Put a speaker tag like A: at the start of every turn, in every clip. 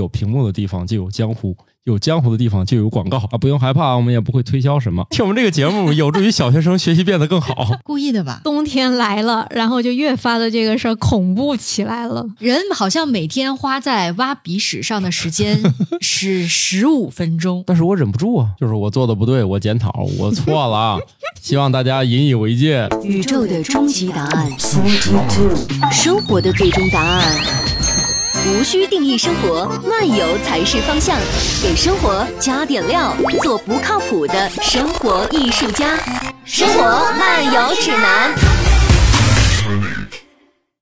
A: 有屏幕的地方就有江湖，有江湖的地方就有广告啊！不用害怕，我们也不会推销什么。听我们这个节目，有助于小学生学习变得更好。
B: 故意的吧？
C: 冬天来了，然后就越发的这个事儿恐怖起来了。
B: 人好像每天花在挖鼻屎上的 时间是十五分钟。
A: 但是我忍不住啊，就是我做的不对，我检讨，我错了 啊，希望大家引以为戒。
D: 宇宙的终极答案，生活的最终答案。无需定义生活，漫游才是方向。给生活加点料，做不靠谱的生活艺术家。生活漫游指南。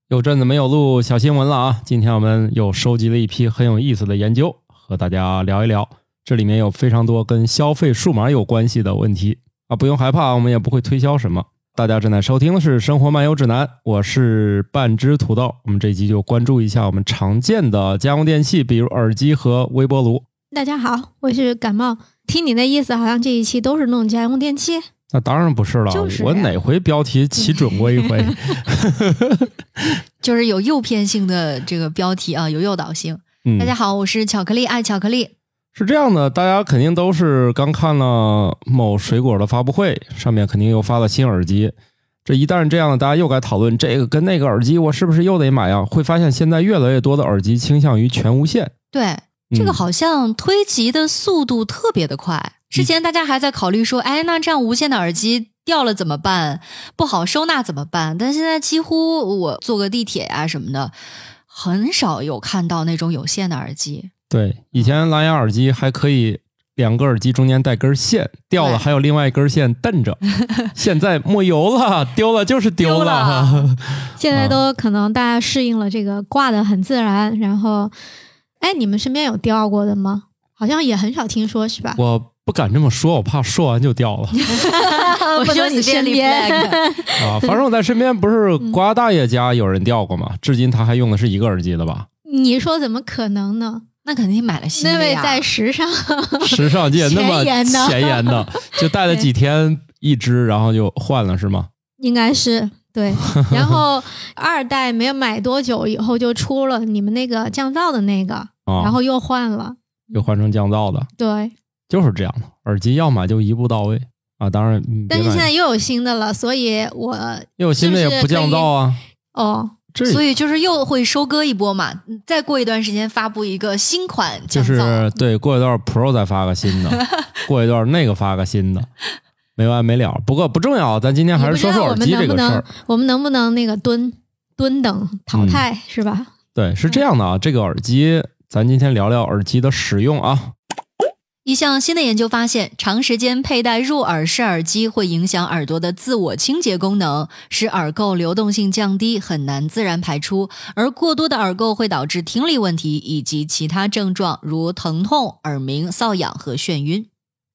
A: 有阵子没有录小新闻了啊，今天我们又收集了一批很有意思的研究，和大家聊一聊。这里面有非常多跟消费数码有关系的问题啊，不用害怕，我们也不会推销什么。大家正在收听的是《生活漫游指南》，我是半只土豆。我们这集就关注一下我们常见的家用电器，比如耳机和微波炉。
C: 大家好，我是感冒。听你那意思，好像这一期都是弄家用电器。
A: 那当然不是了，
C: 就是
A: 我
C: 呀
A: 哪回标题起准过 一回？
B: 就是有诱骗性的这个标题啊，有诱导性。
A: 嗯
B: 大家好，我是巧克力爱巧克力。
A: 是这样的，大家肯定都是刚看了某水果的发布会，上面肯定又发了新耳机。这一旦是这样的，大家又该讨论这个跟那个耳机，我是不是又得买呀？会发现现在越来越多的耳机倾向于全无线。
B: 对，
A: 嗯
B: 这个好像推及的速度特别的快。之前大家还在考虑说，哎，那这样无线的耳机掉了怎么办？不好收纳怎么办？但现在几乎我坐个地铁呀、什么的，很少有看到那种有线的耳机。
A: 对，以前蓝牙耳机还可以两个耳机中间带根线，掉了
B: 对
A: 还有另外一根线蹬 着。现在没油了，丢了就是丢
B: 丢
A: 了。
C: 现在都可能大家适应了这个挂的很自然，然后，哎，你们身边有掉过的吗？好像也很少听说，是吧？
A: 我不敢这么说，我怕说完就掉了。
B: 我
C: 啊不能
B: 说
C: 你身边
A: 啊，反正我在身边不是
C: 嗯
A: 瓜大爷家有人掉过吗？至今他还用的是一个耳机的吧？
C: 你说怎么可能呢？ 啊
B: 那肯定买了新
C: 那
B: 的
C: 位
B: 呀。
C: 在时尚，
A: 时尚界那么
C: 前沿的
A: 前沿的，就戴了几天一只，然后就换了是吗？
C: 应该是对。然后二代没有买多久以后就出了你们那个降噪的那个，
A: 啊，
C: 然后又换了。
A: 又换成降噪的，
C: 对，
A: 就是这样的。耳机要买就一步到位啊，当然，嗯别
C: 但是
A: 买
C: 现在又有新的了，所以我
A: 又有新的
C: 是不是
A: 也不降噪啊，
C: 哦，
A: 这
B: 所以就是又会收割一波嘛，再过一段时间发布一个新款
A: 就
B: 降噪，
C: 嗯
A: 是对，过一段 Pro 再发个新的，过一段那个发个新的，没完没了。不过不重要，咱今天还
C: 也
A: 是
C: 不
A: 说
C: 知道
A: 说
C: 我
A: 耳
C: 们
A: 机
C: 能
A: 这
C: 不
A: 个事
C: 能
A: 儿。
C: 我们能不能那个蹲蹲等淘汰、是吧？
A: 对，是
B: 嗯
A: 这样的啊，这个耳机，咱今天聊聊耳机的使用啊。
B: 一项新的研究发现，长时间佩戴入耳式耳机会影响耳朵的自我清洁功能，使耳垢流动性降低，很难自然排出。而过多的耳垢会导致听力问题以及其他症状，如疼痛、耳鸣、瘙痒和眩晕。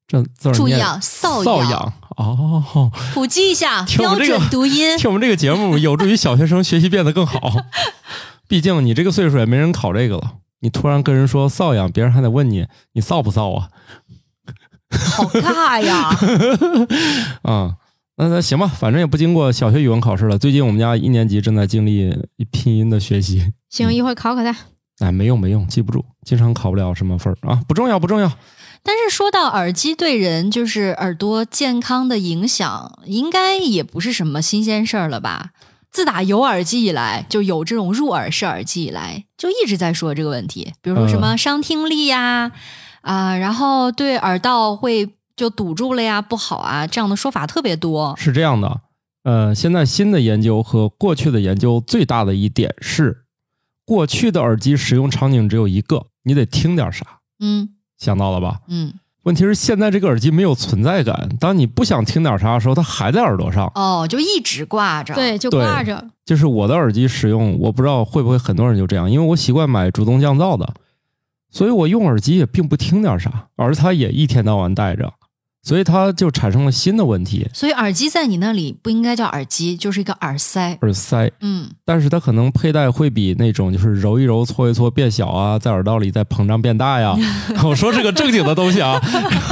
A: 这字儿
B: 注意
A: 念
B: 啊，瘙
A: 瘙痒哦，
B: 普及一下
A: 听
B: 标
A: 我这个
B: 准读音。
A: 听我们这个节目有助于小学生学习变得更好。 毕竟你这个岁数也没人考这个了，你突然跟人说瘙痒，别人还得问你你臊不臊啊？
B: 好尬呀！
A: 啊、那那行吧，反正也不经过小学语文考试了。最近我们家一年级正在经历拼音的学习，
C: 行，一会儿考考他。
A: 哎，没用没用，记不住，经常考不了什么分儿啊，不重要不重要。
B: 但是说到耳机对人就是耳朵健康的影响，应该也不是什么新鲜事儿了吧？自打有耳机以来，就有这种入耳式耳机以来，就一直在说这个问题，比如说什么伤听力呀，啊、然后对耳道会就堵住了呀，不好啊，这样的说法特别多。
A: 是这样的，呃，现在新的研究和过去的研究最大的一点是，过去的耳机使用场景只有一个，你得听点啥，
B: 嗯
A: 想到了吧？
B: 嗯，
A: 问题是现在这个耳机没有存在感，当你不想听点啥的时候，它还在耳朵上。
B: 哦，就一直挂着。
C: 对，，就
A: 嗯对
C: 挂着。
A: 就是我的耳机使用，我不知道会不会很多人就这样，因为我习惯买主动降噪的，所以我用耳机也并不听点啥，而它也一天到晚戴着。所以它就产生了新的问题，
B: 所以耳机在你那里不应该叫耳机，就是一个耳塞。
A: 耳塞。
B: 嗯，
A: 但是它可能佩戴会比那种就是揉一揉、搓一搓变小啊，在耳道里再膨胀变大呀。我说是个正经的东西啊，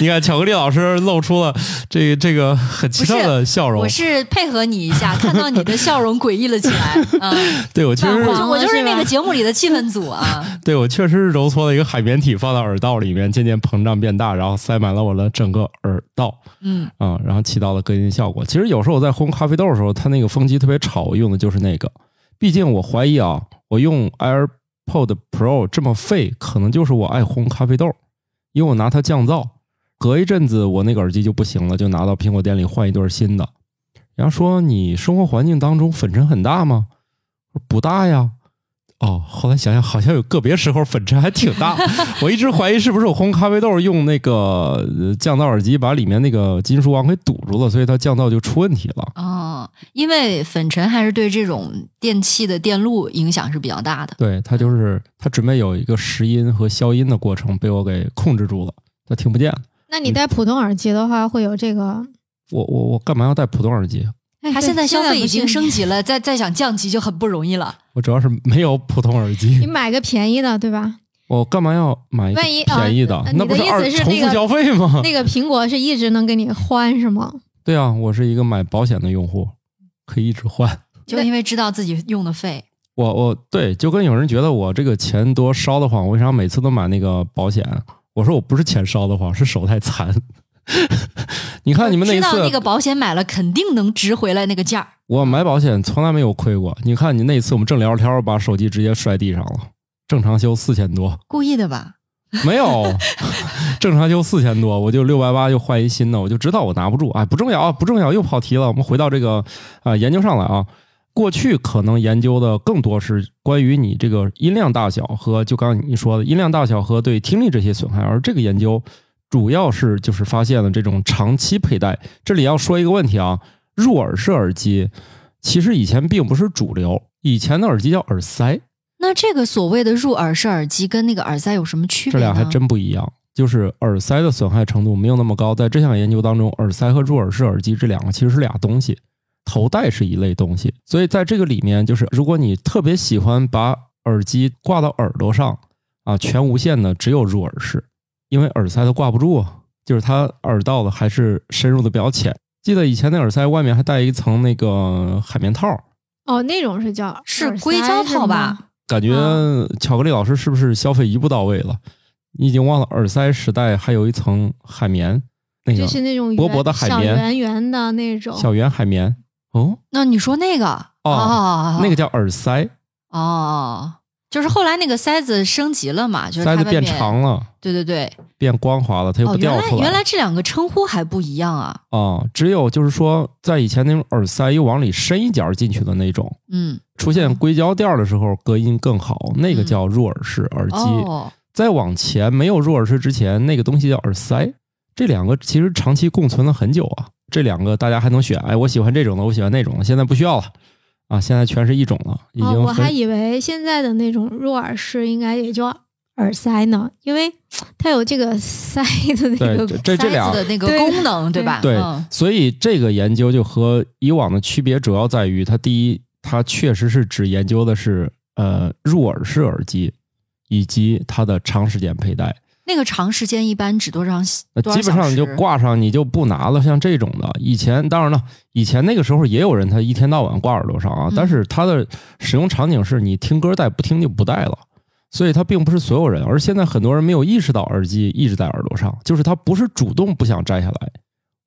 A: 你看巧克力老师露出了这这个很奇特的笑容
B: 我。是配合你一下， 看到你的笑容诡异了起来。嗯，
A: 对我确实
B: 我
C: 泛
B: 就
C: 黄
B: 我
C: 了
B: 就是
C: 是吧
B: 那个节目里的气氛组啊。
A: 对我确实是揉搓了一个海绵体放到耳道里面，渐渐膨胀变大，然后塞满了我的整个耳道
B: 嗯，
A: 啊、然后起到了隔音效果。其实有时候我在烘咖啡豆的时候，它那个风机特别吵，我用的就是那个。毕竟我怀疑啊，我用 AirPod Pro 这么费，可能就是我爱烘咖啡豆，因为我拿它降噪。隔一阵子我那个耳机就不行了，就拿到苹果店里换一对新的。然后说你生活环境当中粉尘很大吗？我说不大呀。哦，后来想想好像有个别时候粉尘还挺大， 我一直怀疑是不是我烘咖啡豆用那个呃降噪耳机把里面那个金属网啊给堵住了，所以它降噪就出问题了。
B: 哦，因为粉尘还是对这种电器的电路影响是比较大的。
A: 对，它就是它准备有一个拾音和消音的过程被我给控制住了，它听不见了。
C: 那你戴普通耳机的话，会有这个？
A: 我我我干嘛要戴普通耳机？
C: 哎
B: 他
C: 对
B: 现在消费已
C: 不
B: 经
C: 是
B: 升级了，再再想降级就很不容易了。
A: 我主要是没有普通耳
C: 你
A: 机，
C: 买个便宜的，对吧？
A: 我干嘛要买一个
C: 万一
A: 便宜的？
C: 啊
A: 那不
C: 你的意思
A: 二
C: 是
A: 重
C: 那
A: 复
C: 个
A: 消费吗？
C: 那个苹果是一直能给你换是吗？
A: 对啊，我是一个买保险的用户，可以一直换。
B: 就因为知道自己用的费，
A: 我我对，就跟有人觉得我这个钱多烧得慌，我为啥每次都买那个保险？我说我不是钱烧得慌，是手太残。 你看你们那一
B: 知道
A: 次，
B: 那个保险买了肯定能值回来那个价儿。
A: 我买保险从来没有亏过。你看你那一次，我们正聊着天儿，把手机直接摔地上了，正常修四千多，
B: 故意的吧？
A: 没有，正常修四千多，我就六百八就换一新的，我就知道我拿不住。哎，不重要啊，不重要，又跑题了。我们回到这个啊、呃研究上来啊。过去可能研究的更多是关于你这个音量大小和就刚刚你说的音量大小和对听力这些损害，而这个研究主要是就是发现了这种长期佩戴。这里要说一个问题啊，入耳式耳机其实以前并不是主流，以前的耳机叫耳塞，
B: 那这个所谓的入耳式耳机跟那个耳塞有什么区
A: 这
B: 别呢？
A: 俩还真不一样，就是耳塞的损害程度没有那么高。在这项研究当中，耳塞和入耳式耳机这两个其实是俩东西，头戴是一类东西。所以在这个里面，就是如果你特别喜欢把耳机挂到耳朵上啊，全无线的只有入耳式，因为耳塞它挂不住，啊，就是它耳道的还是深入的比较浅。记得以前那耳塞外面还带一层那个海绵套，
C: 哦，那种是叫
B: 是
C: 耳塞
B: 硅胶套吧
C: 是吗？
A: 感觉
B: 嗯
A: 巧克力老师是不是消费一步到位了？你已经忘了耳塞时代还有一层海绵，那个
C: 就是那种
A: 薄
C: 圆
A: 薄的海
C: 小
A: 绵
C: 圆圆的那种。
A: 小圆海绵哦，
B: 那你说那个哦
A: 那个叫耳塞，
B: 哦，就是后来那个塞子升级了嘛，就是它
A: 塞子
B: 外面
A: 变长了，
B: 对对对，
A: 变光滑了，它又
B: 哦，
A: 不
B: 原
A: 掉
B: 来
A: 出
B: 原
A: 来
B: 来这两个称呼还不一样啊，
A: 啊。只有就是说，在以前那种耳塞又往里伸一截进去的那种，
B: 嗯，
A: 出现硅胶垫儿的时候，隔音更好，那个叫入耳式耳机。
B: 哦，
A: 再往前没有入耳式之前，那个东西叫耳塞。这两个其实长期共存了很久啊。这两个大家还能选，哎，我喜欢这种的，我喜欢那种的，现在不需要了啊，现在全是一种了，已经
C: 哦，
A: 分、
C: 我还以为现在的那种入耳式应该也叫耳塞呢，因为它有这个塞的那
A: 对
C: 个
A: 这这这
B: 塞
A: 俩
B: 子的那个
C: 对
B: 功能
C: 对
B: 吧？
A: 对，
B: 嗯
A: 所以这个研究就和以往的区别主要在于，它第一，它确实是只研究的是呃入耳式耳机，以及它的长时间佩戴。
B: 那个长时间一般指多长？
A: 那
B: 多少
A: 呃基本
B: 小
A: 上你就
B: 时
A: 挂上，你就不拿了。像这种的，以前当然了，以前那个时候也有人他一天到晚挂耳朵上啊
B: 嗯，
A: 但是他的使用场景是你听歌戴，不听就不戴了，所以它并不是所有人。而现在很多人没有意识到耳机一直在耳朵上，就是他不是主动不想摘下来，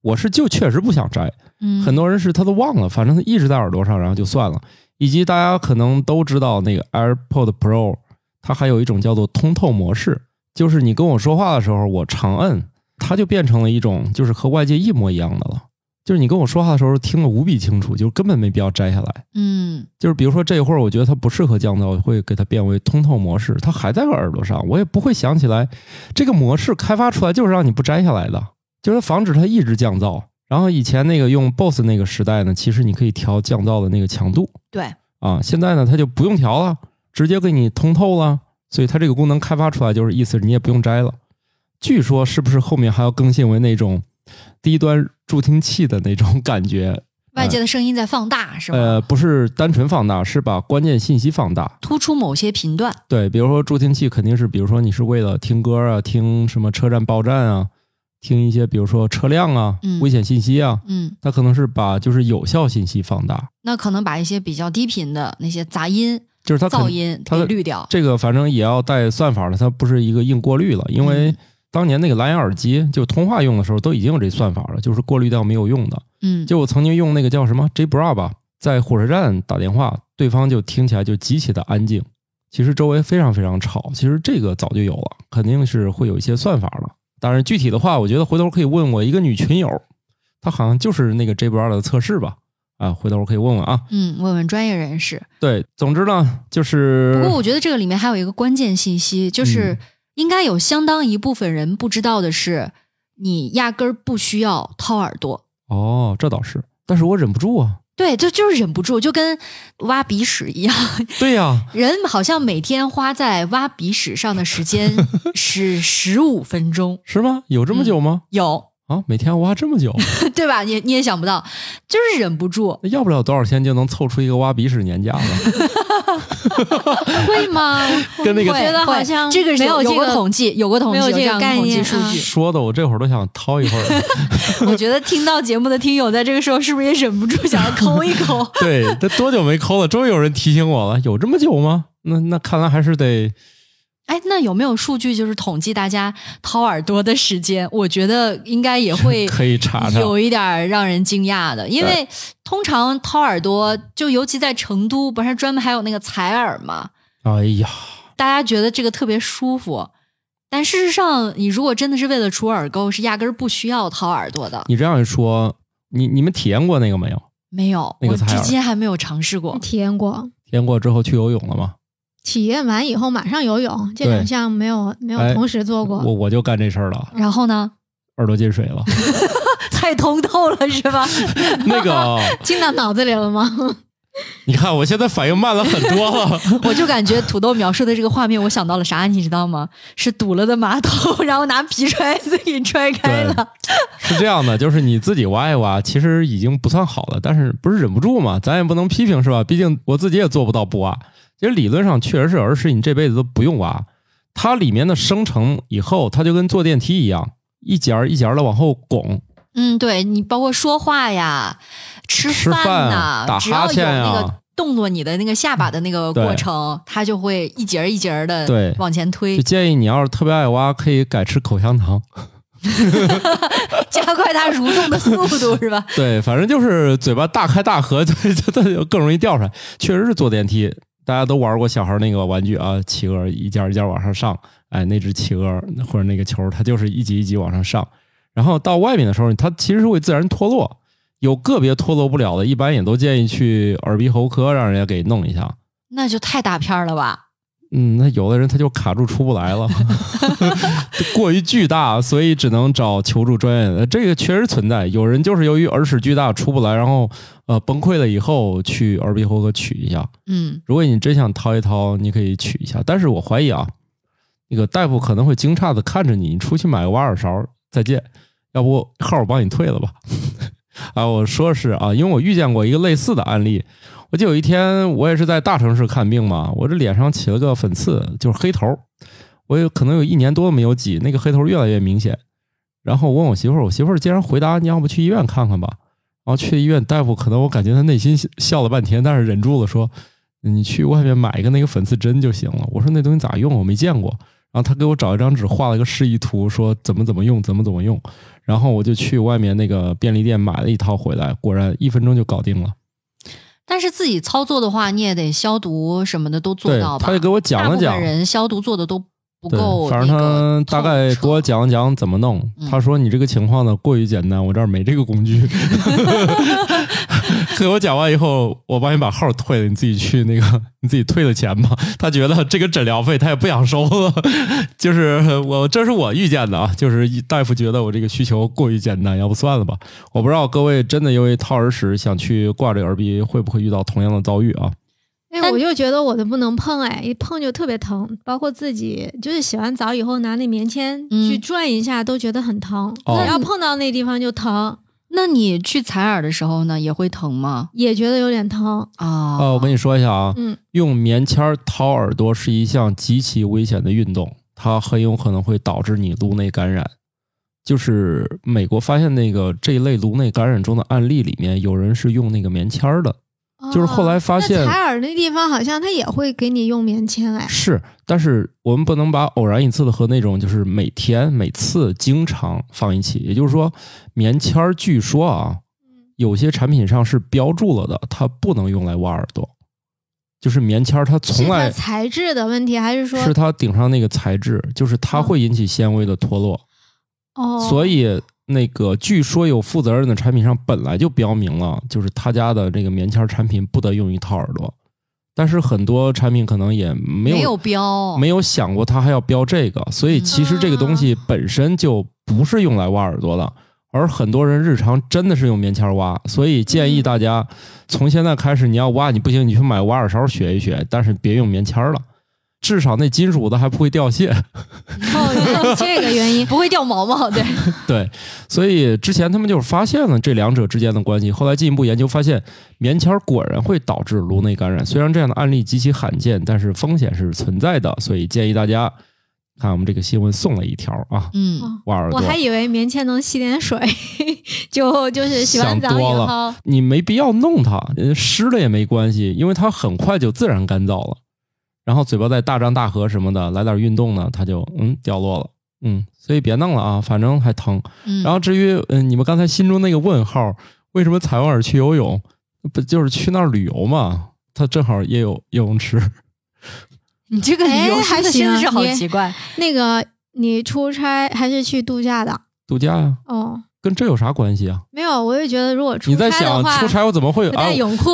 A: 我是就确实不想摘，
B: 嗯，
A: 很多人是他都忘了，反正他一直在耳朵上，然后就算了。以及大家可能都知道那个 AirPod Pro，它还有一种叫做通透模式，就是你跟我说话的时候，我长摁，它就变成了一种就是和外界一模一样的了。就是你跟我说话的时候听得无比清楚，就根本没必要摘下来。
B: 嗯
A: 就是比如说这一会儿，我觉得它不适合降噪，我会给它变为通透模式，它还在我耳朵上，我也不会想起来这个模式开发出来就是让你不摘下来的，就是防止它一直降噪。然后以前那个用 BOSS 那个时代呢，其实你可以调降噪的那个强度
B: 对，
A: 啊，现在呢它就不用调了，直接给你通透了，所以它这个功能开发出来就是意思是你也不用摘了。据说是不是后面还要更新为那种低端助听器的那种感觉？
B: 外界的声音在放大，是吗？
A: 嗯呃，不是单纯放大，是把关键信息放大。
B: 突出某些频段，
A: 对，比如说助听器肯定是，比如说你是为了听歌啊，听什么车站报站啊，听一些比如说车辆啊、
B: 嗯
A: 危险信息啊，
B: 嗯，
A: 它可能是把就是有效信息放大，
B: 那可能把一些比较低频的那些杂音、
A: 就是它肯
B: 噪音
A: 它
B: 给
A: 的
B: 滤掉。
A: 这个反正也要带算法的，它不是一个硬过滤了，因为
B: 嗯
A: 当年那个蓝牙耳机就通话用的时候都已经有这算法了，就是过滤掉没有用的。
B: 嗯，
A: 就我曾经用那个叫什么 J Bra 吧，在火车站打电话，对方就听起来就极其的安静，其实周围非常非常吵。其实这个早就有了，肯定是会有一些算法了。当然具体的话，我觉得回头可以问我一个女群友，她好像就是那个 J Bra 的测试吧。啊，回头我可以问问啊。
B: 嗯，问问专业人士。
A: 对，总之呢，就是
B: 不过我觉得这个里面还有一个关键信息，就是
A: 嗯
B: 应该有相当一部分人不知道的是，你压根儿不需要掏耳朵。
A: 哦，这倒是，但是我忍不住啊。
B: 对，就就是忍不住，就跟挖鼻屎一样，
A: 对呀、
B: 人好像每天花在挖鼻屎上的 时间是十五分钟，
A: 是吗？有这么久吗？
B: 有
A: 啊，每天挖这么久，
B: 对吧？你你也想不到，就是忍不住。
A: 那要不了多少天就能凑出一个挖鼻屎年假了。
C: 会吗？
A: 跟那个
C: 我觉得
B: 会
C: 好像
B: 这个是
C: 没有
B: 有
C: 这
B: 过
C: 个
B: 统计，有过统计，
C: 没有这个
B: 这样的
C: 概
B: 统计
C: 念
B: 数
C: 啊
B: 据。
A: 说的我这会儿都想掏一会 儿。
B: 我觉得听到节目的听友在这个时候是不是也忍不住 想要抠一抠？
A: 对，这多久没抠了？终于有人提醒我了，有这么久吗？那那看来还是得
B: 哎，那有没有数据就是统计大家掏耳朵的时间？我觉得应该也会
A: 可以查查。
B: 有一点儿让人惊讶的，因为通常掏耳朵，就尤其在成都，不是专门还有那个采耳嘛，
A: 哎呀，
B: 大家觉得这个特别舒服。但事实上，你如果真的是为了除耳垢，是压根儿不需要掏耳朵的。
A: 你这样一说，你你们体验过那个没有？
B: 没有，
A: 那个
B: 我
A: 采
B: 至
A: 耳
B: 今还没有尝试过。
C: 体验过。
A: 体验过之后去游泳了吗？
C: 体验完以后马上游泳，这
A: 对
C: 两项没有没有
A: 哎
C: 同时做过。
A: 我我就干这事儿了，
B: 然后呢，
A: 耳朵进水了。
B: 太通透了是吧？
A: 那 个，
C: 进到脑子里了吗？
A: 你看我现在反应慢了很多了。
B: 我就感觉土豆描述的这个画面，我想到了啥，你知道吗？是堵了的马桶， 然后拿皮揣子给揣开了。
A: 是这样的，就是你自己挖一挖，其实已经不算好了，但是不是忍不住嘛？咱也不能批评是吧？毕竟我自己也做不到不挖。其实理论上确实是有耳屎，你这辈子都不用挖。它里面的生成以后，它就跟坐电梯一样，一节儿一节的往后拱。
B: 嗯，对你包括说话呀、吃
A: 吃
B: 饭
A: 饭啊
B: 呐、
A: 打
B: 只要
A: 哈欠
B: 有那
A: 呀
B: 个动作你的那个下巴的那个
A: 对
B: 过程，它就会一节儿一节
A: 对
B: 的往前推
A: 就，建议你要是特别爱挖，可以改吃口香糖。
B: 加快它蠕动的速 度，是吧？
A: 对，反正就是嘴巴大开大合，就 就它就更容易掉出来。确实是坐电梯，大家都玩过小孩那个玩具啊，企鹅一件一件往上上，哎，那只企鹅或者那个球，它就是一级一级往上上。然后到外面的时候，它其实会自然脱落，有个别脱落不了的，一般也都建议去耳鼻喉科让人家给弄一下。
B: 那就太大片儿了吧？
A: 嗯，那有的人他就卡住出不来了， 过于巨大，所以只能找求助专业的。这个确实存在，有人就是由于耳屎巨大出不来，然后呃崩溃了以后去耳鼻喉科取一下。
B: 嗯，
A: 如果你真想掏一掏，你可以取一下，但是我怀疑啊，那个大夫可能会惊诧的看着你，你出去买个挖耳勺，再见，要不号我帮你退了吧？ 啊，我说是啊，因为我遇见过一个类似的案例，我记得有一天我也是在大城市看病嘛，我这脸上起了个粉刺，就是黑头，我有可能有一年多没有挤，那个黑头越来越明显。然后我问我媳妇儿，我媳妇儿竟然回答你要不去医院看看吧。然后去医院，大夫可能我感觉他内心笑笑了半天，但是忍住了说，你去外面买一个那个粉刺针就行了。我说那东西咋用？我没见过。然后他给我找一张纸，画了一个示意图，说怎么怎么用，怎么怎么用。然后我就去外面那个便利店买了一套回来，果然一分钟就搞定了。
B: 但是自己操作的话，你也得消毒什么的都做
A: 对
B: 到，吧？
A: 他就给我讲了
B: 大
A: 讲
B: 部分，人消毒做的都不
A: 对
B: 够，，
A: 反正他大概给
B: 多
A: 我讲了讲怎么弄。
B: 嗯
A: 他说你这个情况呢过于简单，我这儿没这个工具。 给我讲完以后，我帮你把号退了，你自己去那个， 你自己退了钱吧。他觉得这个诊疗费他也不想收了， 就是我这是我遇见的啊，就是一大夫觉得我这个需求过于简单，要不算了吧。我不知道各位真的因为掏耳屎想去挂这耳鼻，会不会遇到同样的遭遇啊？
C: 哎，
B: 但
C: 我就觉得我的不能碰，哎，一碰就特别疼，包括自己就是洗完澡以后拿那棉签
B: 嗯
C: 去转一下，都觉得很疼。
A: 哦
C: 只要碰到那地方就疼，
B: 那你去采耳的时候呢，也会疼吗？
C: 也觉得有点疼。
B: 啊、
A: 呃，我跟你说一下啊，
C: 嗯，
A: 用棉签儿掏耳朵是一项极其危险的运动，它很有可能会导致你颅内感染。就是美国发现那个这一类颅内感染中的案例里面，有人是用那个棉签儿的，就是后来发现
C: 哦那采耳那地方好像他也会给你用棉签，哎，
A: 是，但是我们不能把偶然一次的和那种就是每天每次经常放一起。也就是说，棉签儿据说啊，有些产品上是标注了的，它不能用来挖耳朵。就是棉签儿，它
C: 是
A: 从
C: 它
A: 来
C: 材质的问题，还是说
A: 是它顶上那个材质，就是它会引起纤维的脱落，
C: 哦？
A: 所以。那个据说有负责任的产品上本来就标明了，就是他家的这个棉签儿产品不得用于掏耳朵，但是很多产品可能也没有
B: 没有标，。
A: 没有想过他还要标这个，所以其实这个东西本身就不是用来挖耳朵的，而很多人日常真的是用棉签挖，所以建议大家从现在开始，你要挖你不行，你去买挖耳勺学一学，但是别用棉签了，至少那金属的还不会掉屑。
C: 哦，原来是这个原因
B: 不会掉毛毛，对，
A: 对，所以之前他们就是发现了这两者之间的关系，后来进一步研究发现，棉签果然会导致颅内感染。虽然这样的案例极其罕见，但是风险是存在的，所以建议大家看我们这个新闻送了一条啊，
B: 嗯，
A: 挖耳
C: 我
A: 朵，
C: 还以为棉签能吸点水， 就就是洗完澡
A: 想
C: 以
A: 多了
C: 后，
A: 你没必要弄它，呃湿了也没关系，因为它很快就自然干燥了。然后嘴巴再大张大合什么的，来点运动呢，它就嗯掉落了，嗯，所以别弄了啊，反正还疼。
B: 嗯
A: 然后至于嗯、你们刚才心中那个问号，为什么采用耳去游泳？不就是去那儿旅游嘛？它正好也有游泳池，
B: 你这个理由
C: 哎
B: 说
C: 还
B: 的
C: 行
B: 真的是好
C: 你
B: 奇怪，
C: 那个你出差还是去度假的？
A: 度假呀、
C: 哦，
A: 跟这有啥关系啊？
C: 没有，我就觉得如果出
A: 你在
C: 差
A: 想
C: 的话，
A: 出差我怎么会
C: 不
A: 啊
C: 带？泳裤，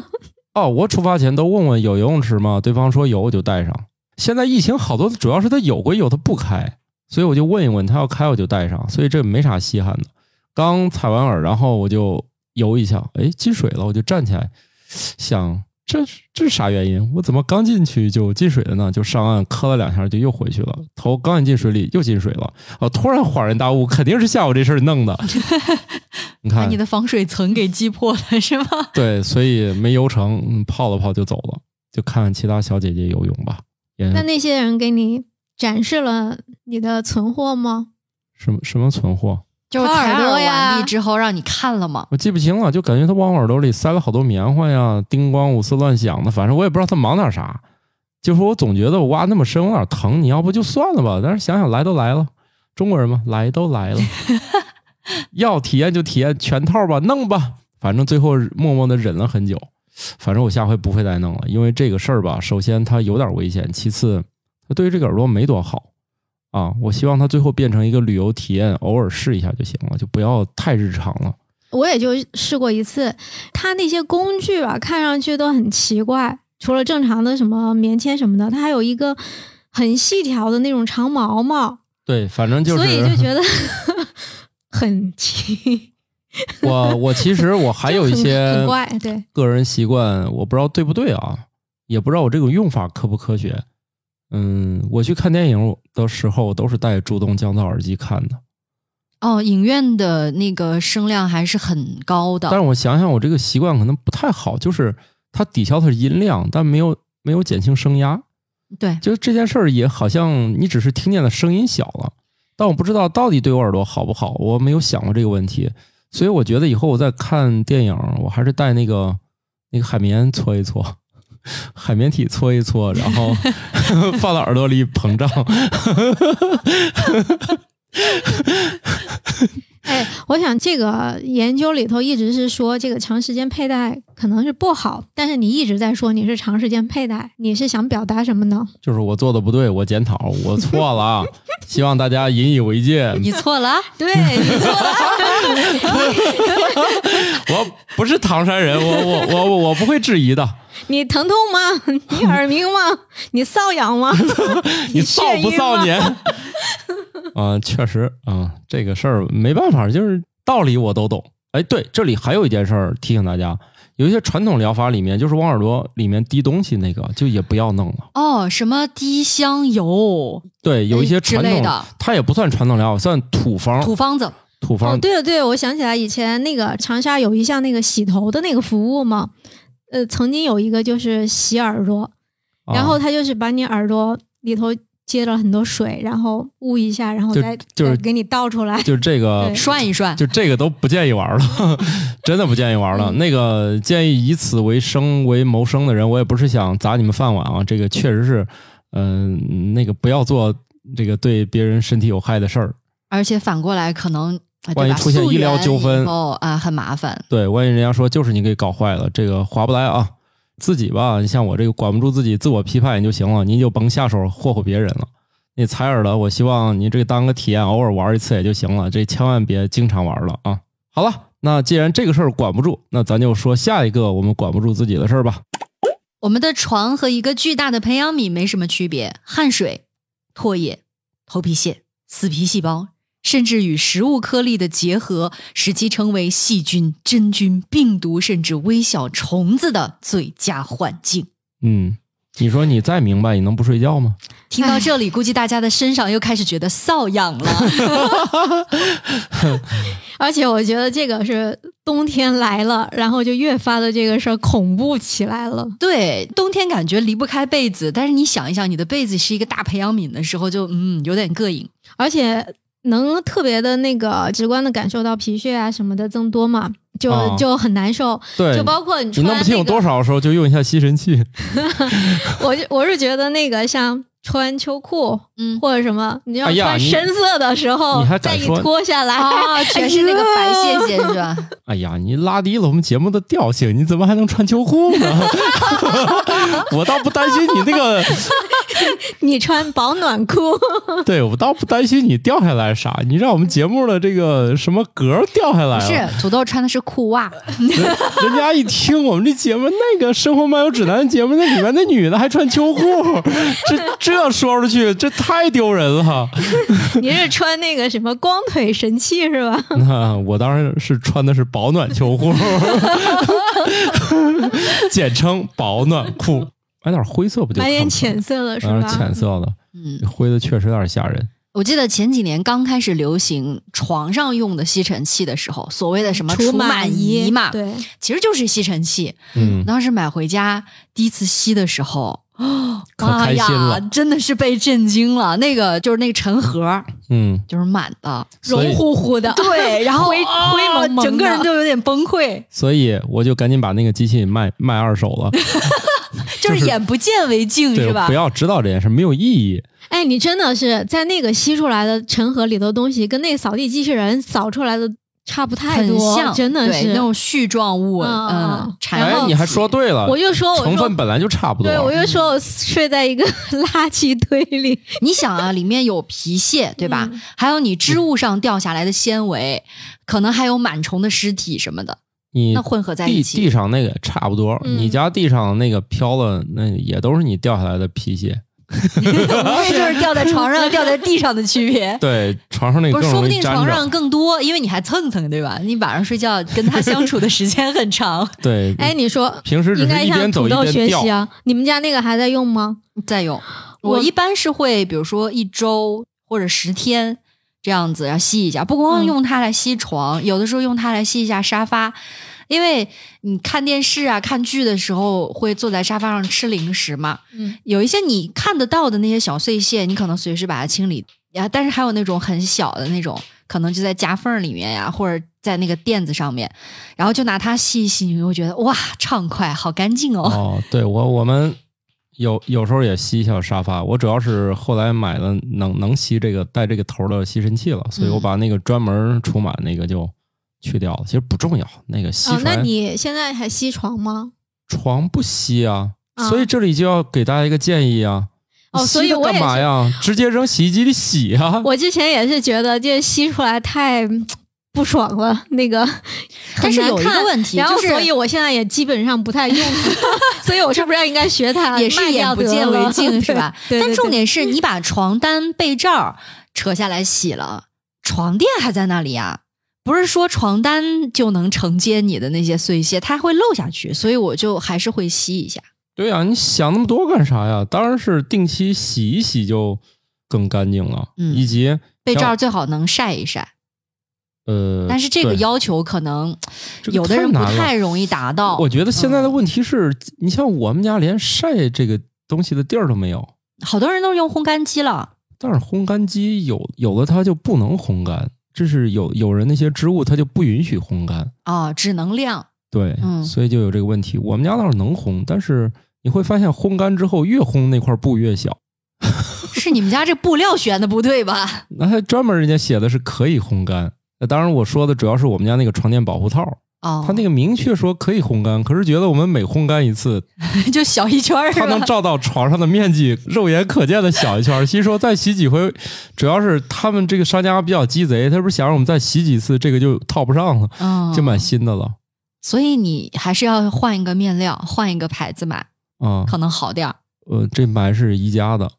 A: 哦，我出发前都问问有游泳池吗？对方说有，我就带上。现在疫情好多，主要是他有归有，他不开，所以我就问一问，他要开我就带上，所以这没啥稀罕的。刚采完耳，然后我就游一下，哎，进水了，我就站起来，想这是这是啥原因？我怎么刚进去就进水了呢？就上岸磕了两下，就又回去了。头刚一进水里又进水了，啊！突然恍然大悟，肯定是下午这事儿弄的。 你
B: 把
A: 看
B: 啊你，的防水层给击破了是吗？
A: 对，所以没游成，嗯泡了泡就走了，就看看其他小姐姐游泳吧。也
C: 那那些人给你展示了你的存货吗？
A: 什么什么存货，
B: 就是
C: 掏
B: 采
C: 耳
B: 耳
C: 朵
B: 完
C: 呀
B: 毕之后让你看了吗？
A: 我记不清了，就感觉她往我耳朵里塞了好多棉花呀，叮咣五四乱响的，反正我也不知道她忙点啥。就是我总觉得我挖那么深，我有点疼，你要不就算了吧。但是想想来都来了，中国人嘛，来都来了，要体验就体验全套吧，弄吧。反正最后默默的忍了很久，反正我下回不会再弄了，因为这个事儿吧，首先它有点危险，其次它对于这个耳朵没多好啊。我希望它最后变成一个旅游体验，偶尔试一下就行了，就不要太日常了。
C: 我也就试过一次，它那些工具吧，看上去都很奇怪。除了正常的什么棉签什么的，它还有一个很细条的那种长毛毛，
A: 对，反正就是，
C: 所以就觉得 很奇，
A: 我我其实我还有一
C: 就很
A: 些
C: 很怪，对，
A: 个人习惯，我不知道对不对啊，也不知道我这种用法科不科学。嗯，我去看电影的时候都是戴助动降噪耳机看的，
B: 哦，影院的那个声量还是很高的，
A: 但是我想想，我这个习惯可能不太好，就是它抵消它的音量，但没有没有减轻声压。
B: 对，
A: 就这件事儿也好像你只是听见的声音小了，但我不知道到底对我耳朵好不好，我没有想过这个问题，所以我觉得以后我在看电影，我还是带那个那个海绵搓一搓。 海绵体搓一搓，然后 放到耳朵里膨胀。
C: 哎，我想这个研究里头一直是说这个长时间佩戴可能是不好，但是你一直在说你是长时间佩戴，你是想表达什么呢？
A: 就是我做的不对，我检讨，我错了啊，希望大家引以为戒。
B: 你 错了啊，
C: 对，你错了，
A: 我不是唐山人，我我我我我不会质疑的。
C: 你疼痛吗？你耳鸣吗？你 瘙痒吗？
A: 你臊不臊
C: 眩晕
A: 你？啊、确实啊、这个事儿没办法，就是道理我都懂。哎，对，这里还有一件事儿提醒大家，有一些传统疗法里面，就是往耳朵里面滴东西那个，就也不要弄了。
B: 哦，什么滴香油、
A: 对，有一些
B: 哎之
A: 传
B: 类
A: 统
B: 的，
A: 它也不算传统疗法，算土方。
B: 土方子，
A: 土方
C: 哦，对了对了，我想起来以前那个长沙有一项那个洗头的那个服务嘛，呃，曾经有一个就是洗耳朵，
A: 啊
C: 然后他就是把你耳朵里头接了很多水，然后捂一下，然后
A: 就
C: 再
A: 就是
C: 再给你倒出来。
A: 就这个
C: 对
B: 涮一涮。
A: 嗯就这个都不建议玩了， 真的不建议玩了。那个建议以此为生为谋生的人，我也不是想砸你们饭碗啊，这个确实是，嗯、那个不要做这个对别人身体有害的事儿。
B: 而且反过来可能，啊对
A: 万一
B: 吧
A: 出现
B: 溯
A: 医疗
B: 源
A: 纠纷
B: 以后啊，很麻烦。
A: 对，万一人家说就是你给搞坏了，这个划不来啊。自己吧，你像我这个管不住自己，自我批判也就行了，您就甭下手霍霍别人了。你采耳的，我希望你这个当个体验，偶尔玩一次也就行了，这千万别经常玩了啊。好了，那既然这个事儿管不住，那咱就说下一个我们管不住自己的事儿吧。
B: 我们的床和一个巨大的培养皿没什么区别，汗水、唾液、头皮屑、死皮细胞，甚至与食物颗粒的结合，使其成为细菌、真菌、病毒，甚至微小虫子的最佳环境。
A: 嗯，你说你再明白，你能不睡觉吗？
B: 听到这里，估计大家的身上又开始觉得瘙痒 了。
C: 而且我觉得这个是冬天来了，然后就越发的这个事儿恐怖起来了。
B: 对，冬天感觉离不开被子，但是你想一想，你的被子是一个大培养皿的时候就，嗯有点膈应。
C: 而且能特别的那个直观的感受到皮屑啊什么的增多嘛，就、
A: 哦
C: 就很难受。
A: 对，
C: 就包括你
A: 你
C: 穿、那
A: 弄
C: 个、
A: 不清有多少的时候，就用一下吸尘器。
C: 我就我是觉得那个像穿秋裤
B: 嗯，
C: 或者什么，你要
A: 哎呀
C: 穿
A: 你
C: 深色的时候，
A: 你还
C: 再
A: 敢
C: 一
A: 说
C: 脱下来，
B: 啊，全是那个白屑屑是吧？
A: 哎呀，你拉低了我们节目的调性，你怎么还能穿秋裤呢？ 我倒不担心你那个
C: 你穿保暖裤，
A: 对我倒不担心你掉下来啥，你让我们节目的这个什么格儿掉下来
B: 不
A: 了。
B: 是，土豆穿的是裤袜，
A: 人人家一听我们这节目，那个《生活漫游指南》节目那里面那女的还穿秋裤， 这这说出去这太丢人了。
C: 你是穿那个什么光腿神器是吧？
A: 那我当然是穿的是保暖秋裤， 简称保暖裤，买点灰色不就
C: 买
A: 看
C: 点
A: 不出来
C: 浅色的是
A: 买点
C: 吧
A: 啊浅？色的，
B: 嗯，
A: 灰的确实有点吓人。
B: 我记得前几年刚开始流行床上用的吸尘器的时候，所谓的什么除螨
C: 螨
B: 仪嘛，
C: 对，
B: 其实就是吸尘器。
A: 嗯，
B: 当时买回家第一次吸的时候，哦，
A: 可开心了
B: 哎呀，真的是被震惊了。那个就是那个尘盒，
A: 嗯，
B: 就是满的，
A: 所以
C: 绒乎乎的，
B: 对， 然后
C: 灰
B: 啊
C: 灰蒙蒙的
B: 整个人都有点崩溃，
A: 所以我就赶紧把那个机器卖卖二手 了。
B: 就是眼不见为净，
A: 对
B: 是，吧
A: 不？要知道这件事没有意义。
C: 哎，你真的是在那个吸出来的尘盒里头的东西，跟那扫地机器人扫出来的差不太
B: 很
C: 多，
B: 像，
C: 真的
B: 对
C: 是
B: 那。种絮状物，
C: 嗯嗯
B: 嗯
C: 嗯，
B: 缠
A: 哎
B: 绕，
A: 你还说对了，
C: 我就说，我
A: 成
C: 说
A: 分，本来就差不多
C: 对，。我就说我睡在一个 垃圾堆里，
A: 嗯
B: 你想啊，里面有皮屑，对吧？
C: 嗯
B: 还有你织物上掉下来的纤维，可能还有螨虫的尸体什么的，
A: 你
B: 那混合在一
A: 地
B: 起。
A: 地上那个差不多，
C: 嗯
A: 你家地上那个飘了，那也都是你掉下来的皮屑。
B: 这就是掉在床上、掉在地上的区别。
A: 对，床上那个
B: 不
A: 更
B: 是，说不
A: 容
B: 定
A: 易粘
B: 床上
A: 着。
B: 更多，因为你还蹭蹭，对吧？你晚上睡觉跟他相处的时间很长。
A: 对，
C: 哎，你说
A: 平时只
C: 应
A: 是
C: 该
A: 一
C: 向
A: 边走
C: 土
A: 一
C: 豆
A: 边
C: 学
A: 掉
C: 习。啊！你们家那个还在用吗？
B: 再用，
C: 我
B: 我一般是会，比如说一周或者十天这样子，然后吸一下。不光
C: 嗯
B: 用它来吸床，有的时候用它来吸一下沙发，因为你看电视啊、看剧的时候会坐在沙发上吃零食嘛。
C: 嗯，
B: 有一些你看得到的那些小碎屑，你可能随时把它清理呀、但是还有那种很小的那种，可能就在夹缝里面呀、或者在那个垫子上面，然后就拿它吸一吸，你会觉得哇，畅快，好干净哦。
A: 哦，对我我们有有时候也吸一下沙发，我主要是后来买了能能吸这个带这个头的吸尘器了，所以我
B: 嗯
A: 把那个专门除螨那个就去掉了。其实不重要，那个吸
C: 哦，那
A: 出来
C: 你现在还吸床吗？
A: 床不吸啊，
C: 啊
A: 所以这里就要给大家一个建议啊。你
C: 哦
A: 吸
C: 所以
A: 它
C: 我也
A: 干嘛
C: 是
A: 呀？直接扔洗衣机里洗 啊！
C: 我之前也是觉得这吸出来太嗯不爽了，那 个
B: 但是
C: 很难
B: 有一个
C: 看
B: 问题
C: 然后
B: 就是
C: 所以我现在也基本上不太用 它，所以我是不是应该学它，
B: 也是
C: 卖
B: 眼
C: 掉
B: 不
C: 得
B: 见
C: 了？
B: 为净，是吧
C: 对对
B: 但
C: 对
B: 重点是你把床单、被罩扯下来洗了，床垫还在那里呀、不是说床单就能承接你的那些碎屑，它会漏下去，所以我就还是会吸一下。
A: 对呀、你想那么多干啥呀？当然是定期洗一洗就更干净了，
B: 嗯
A: 以及
B: 被
A: 像
B: 罩最好能晒一晒，
A: 呃，
B: 但是这个
A: 对
B: 要求可能
A: 这个
B: 有的人不
A: 难了
B: 太容易达到。
A: 我觉得现在的
B: 嗯
A: 问题是，你像我们家连晒这个东西的地儿都没有，
B: 好多人都是用烘干机了，
A: 但是烘干机有有了它就不能烘干，这是有有人那些植物它就不允许烘干，
B: 啊，只能晾。
A: 对，
B: 嗯
A: 所以就有这个问题。我们家倒是能烘，但是你会发现烘干之后越烘那块布越小，
B: 是你们家这布料选的不对吧？
A: 那还专门人家写的是可以烘干。那当然，我说的主要是我们家那个床垫保护套，
B: 哦，
A: 它那个明确说可以烘干，可是觉得我们每烘干一次，
B: 个 就小一圈儿是
A: 它能
B: 吧？
A: 照到床上的面积，肉眼可见的小一圈儿。吸收再洗几回，主要是他们这个商家比较鸡贼，他不是想让我们再洗几次，这个就套不上了，
B: 嗯
A: 就买新的了
B: 所以你还是要换一个面料，换一个牌子买，
A: 啊。
B: 可能好点儿。
A: 呃，这买是宜家的，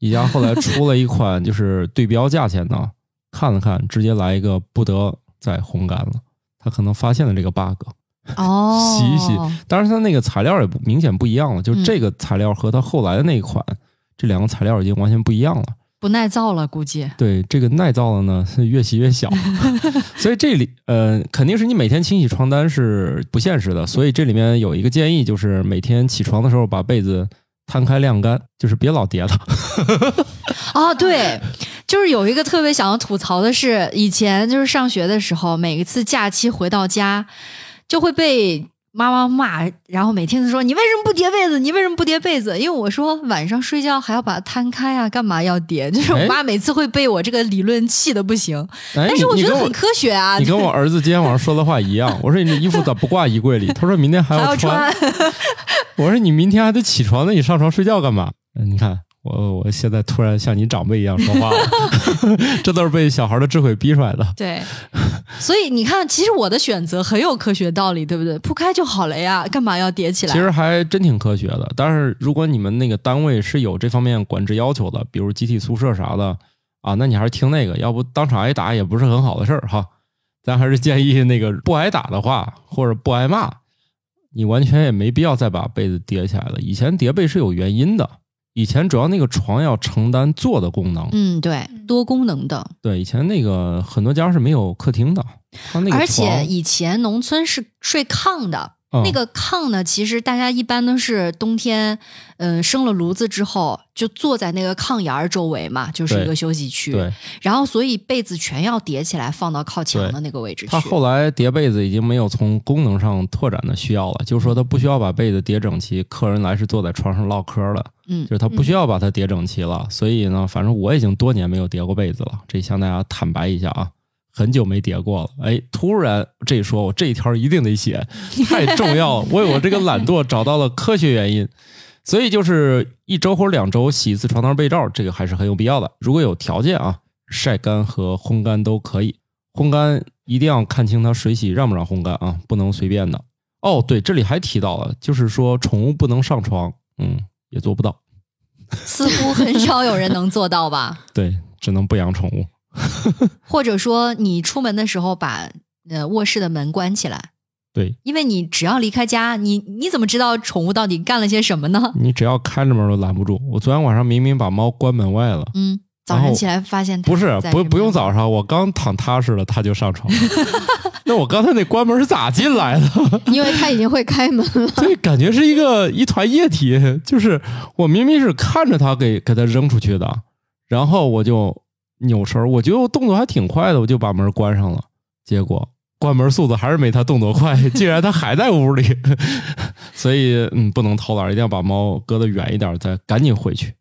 A: 宜家后来出了一款就是对标价钱的，看了看，直接来一个不得再烘干了。他可能发现了这个 bug，
B: 哦，
A: 洗一洗。当然它那个材料也不明显不一样了，就是
B: 嗯
A: 这个材料和它后来的那一款，这两个材料已经完全不一样了。
B: 不耐造了，估计。
A: 对这个耐造的呢， 是越洗越 小，所以这里呃，肯定是你每天清洗床单是不现实的，所以这里面有一个建议，就是每天起床的时候把被子摊开晾干，就是别老 叠它。
B: 啊，对， 就是有一个特别想要吐槽的是，以前就是上学的时候，每一次假期回到家，就会被妈妈骂，然后每天都说你为什么不叠被子？你为什么不叠被子？因为我说晚上睡觉还要把它摊开啊，干嘛要叠？就是
A: 哎
B: 我妈每次会被我这个理论气的不行，
A: 哎，
B: 但
A: 你
B: 是我
A: 你
B: 觉得
A: 跟
B: 很科学啊。
A: 你跟我儿子今天晚上说的话一样，我说你这衣服咋不挂衣柜里？他说明天还
B: 还
A: 要
B: 要
A: 穿
B: 穿。，
A: 我说你明天还得起床呢，你上床睡觉干嘛？嗯你看我我现在突然像你长辈一样说话了， 这都是被小孩的智慧逼出来的。
B: 对，所以你看，其实我的选择很有科学道理，对不对？铺开就好了呀，干嘛要叠起来？
A: 其实还真挺科学的，但是如果你们那个单位是有这方面管制要求的，比如集体宿舍挨的啊，那你还是听那个，要不当场挨打也不是很好的事儿哈。 咱还是建议那个不挨打的话，或者不挨骂，你完全也没必要再把被子叠起来了。以前叠被是有原因的，以前主要那个床要承担坐的功能，
B: 嗯，对，多功能的。
A: 对，以前那个很多家是没有客厅的，它那个
B: 而
A: 床
B: 且以前农村是睡炕的，
A: 嗯
B: 那个炕呢，其实大家一般都是冬天，嗯、生了炉子之后就坐在那个炕沿儿周围嘛，就是
A: 对
B: 一个休息区。
A: 对。
B: 然后所以被子全要叠起来放到靠墙
A: 对
B: 的那个位置去。
A: 它后来叠被子已经没有从功能上拓展的需要了，就是说它不需要把被子叠整齐，客人来是坐在床上唠嗑了，
B: 嗯
A: 就是它不需要把它叠整齐了。所以呢，反正我已经多年没有叠过被子了，这向大家坦白一下啊，很久没叠过了。哎，突然这一说，我这一条一定得写，太重要了，为我这个懒惰找到了科学原因。所以就是一周或者两周洗一次床单被罩，这个还是很有必要的。如果有条件啊，晒干和烘干都可以。烘干一定要看清它水洗让不让烘干啊，不能随便的。哦，对，这里还提到了，就是说宠物不能上床，嗯，也做不到，
B: 似乎很少有人能做到吧？
A: 对，只能不养宠物。
B: 或者说你出门的时候把呃卧室的门关起来，
A: 对
B: 因为你只要离开家，你你怎么知道宠物到底干了些什么呢？
A: 你只要开着门都拦不住。我昨天晚上明明把猫关门外了，
B: 嗯，早
A: 然
B: 上
A: 后
B: 起来发现它
A: 不是
B: 在
A: 不
B: 这
A: 不用
B: 边
A: 早上，我刚躺踏实了，它就上床了。那我刚才那关门是咋进来的？
C: 因为他已经会开门了。
A: 这感觉是一个一团液体， 就是我明明是看着他给给他扔出去的，然后我就扭身儿，我觉得我动作还挺快的，我就把门关上了。结果关门速度还是没他动作快， 竟然他还在屋里， 所以嗯，不能偷懒，一定要把猫搁得远一点，再赶紧回去，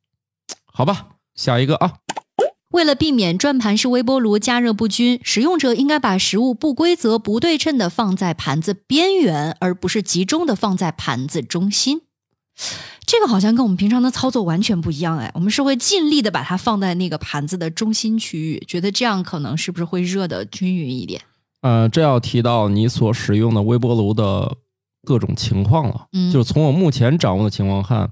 A: 好吧？下一个啊，
B: 为了避免转盘式微波炉加热不均，使用者应该把食物不规则、不对称的放在盘子边缘，而不是集中的放在盘子中心。这个好像跟我们平常的操作完全不一样哎，我们是会尽力的把它放在那个盘子的中心区域，觉得这样可能是不是会热的均匀一点？
A: 呃，这要提到你所使用的微波炉的各种情况了。
B: 嗯
A: 就是从我目前掌握的情况看，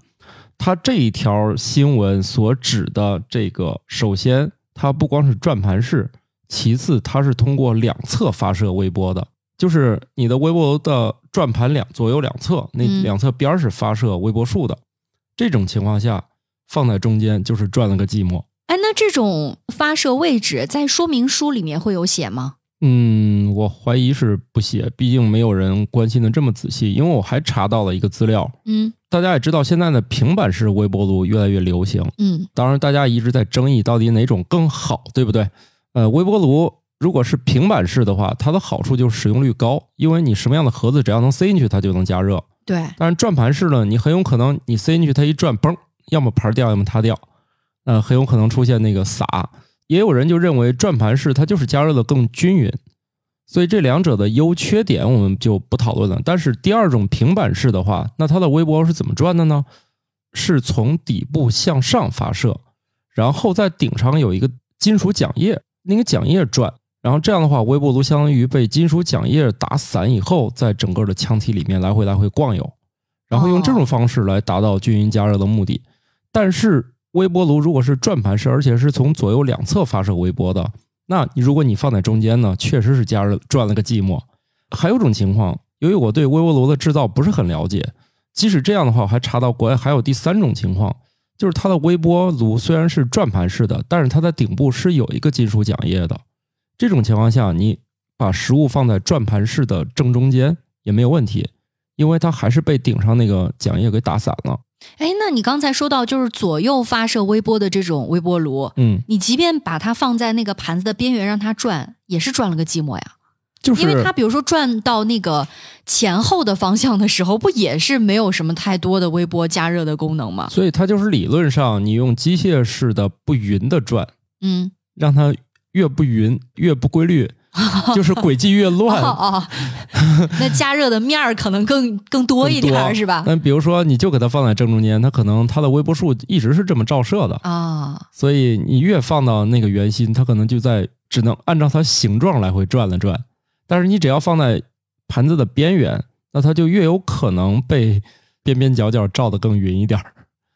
A: 它这一条新闻所指的这个，首先它不光是转盘式，其次，它是通过两侧发射微波的，就是你的微波炉的转盘两左右两侧，那
B: 嗯
A: 两侧边儿是发射微波束的。这种情况下，放在中间就是转了个寂寞。
B: 哎，那这种发射位置在说明书里面会有写吗？
A: 嗯，我怀疑是不写，毕竟没有人关心的这么仔细。因为我还查到了一个资料，
B: 嗯
A: 大家也知道，现在的平板式微波炉越来越流行。
B: 嗯
A: 当然，大家一直在争议到底哪种更好，对不对？呃，微波炉如果是平板式的话，它的好处就是使用率高，因为你什么样的盒子只要能塞进去，它就能加热。
B: 对，
A: 但是转盘式呢，你很有可能你塞进去，它一转，嘣，要么盘儿掉，要么塌掉，呃，很有可能出现那个洒。也有人就认为转盘式它就是加热的更均匀，所以这两者的优缺点我们就不讨论了。但是第二种平板式的话，那它的微波是怎么转的呢？是从底部向上发射，然后在顶上有一个金属桨叶，那个桨叶转，然后这样的话，微波炉相当于被金属桨叶打散以后，在整个的腔体里面来回来回逛悠，然后用这种方式来达到均匀加热的目的。但是微波炉如果是转盘式，而且是从左右两侧发射微波的，那如果你放在中间呢，确实是加热转了个寂寞。还有一种情况，由于我对微波炉的制造不是很了解，即使这样的话，我还查到国外还有第三种情况，就是它的微波炉虽然是转盘式的，但是它在顶部是有一个金属桨叶的。这种情况下，你把食物放在转盘式的正中间也没有问题，因为它还是被顶上那个桨叶给打散了。
B: 哎，那你刚才说到就是左右发射微波的这种微波炉，
A: 嗯，
B: 你即便把它放在那个盘子的边缘让它转，也是转了个寂寞呀。
A: 就是
B: 因为它比如说转到那个前后的方向的时候，不也是没有什么太多的微波加热的功能吗？
A: 所以它就是理论上你用机械式的不匀的转，
B: 嗯，
A: 让它越不匀越不规 律，就是轨迹越
B: 哦
A: 乱。
B: 哦， 那加热的面儿可能更更多一
A: 更
B: 点
A: 多嗯
B: 儿是吧？
A: 那比如说，你就给它放在正中间，它可能它的微波束一直是这么照射的，
B: 啊，
A: 所以你越放到那个圆心，它可能就在只能按照它形状来回转了转。但是你只要放在盘子的边缘，那它就越有可能被边边角角照得更匀一点儿。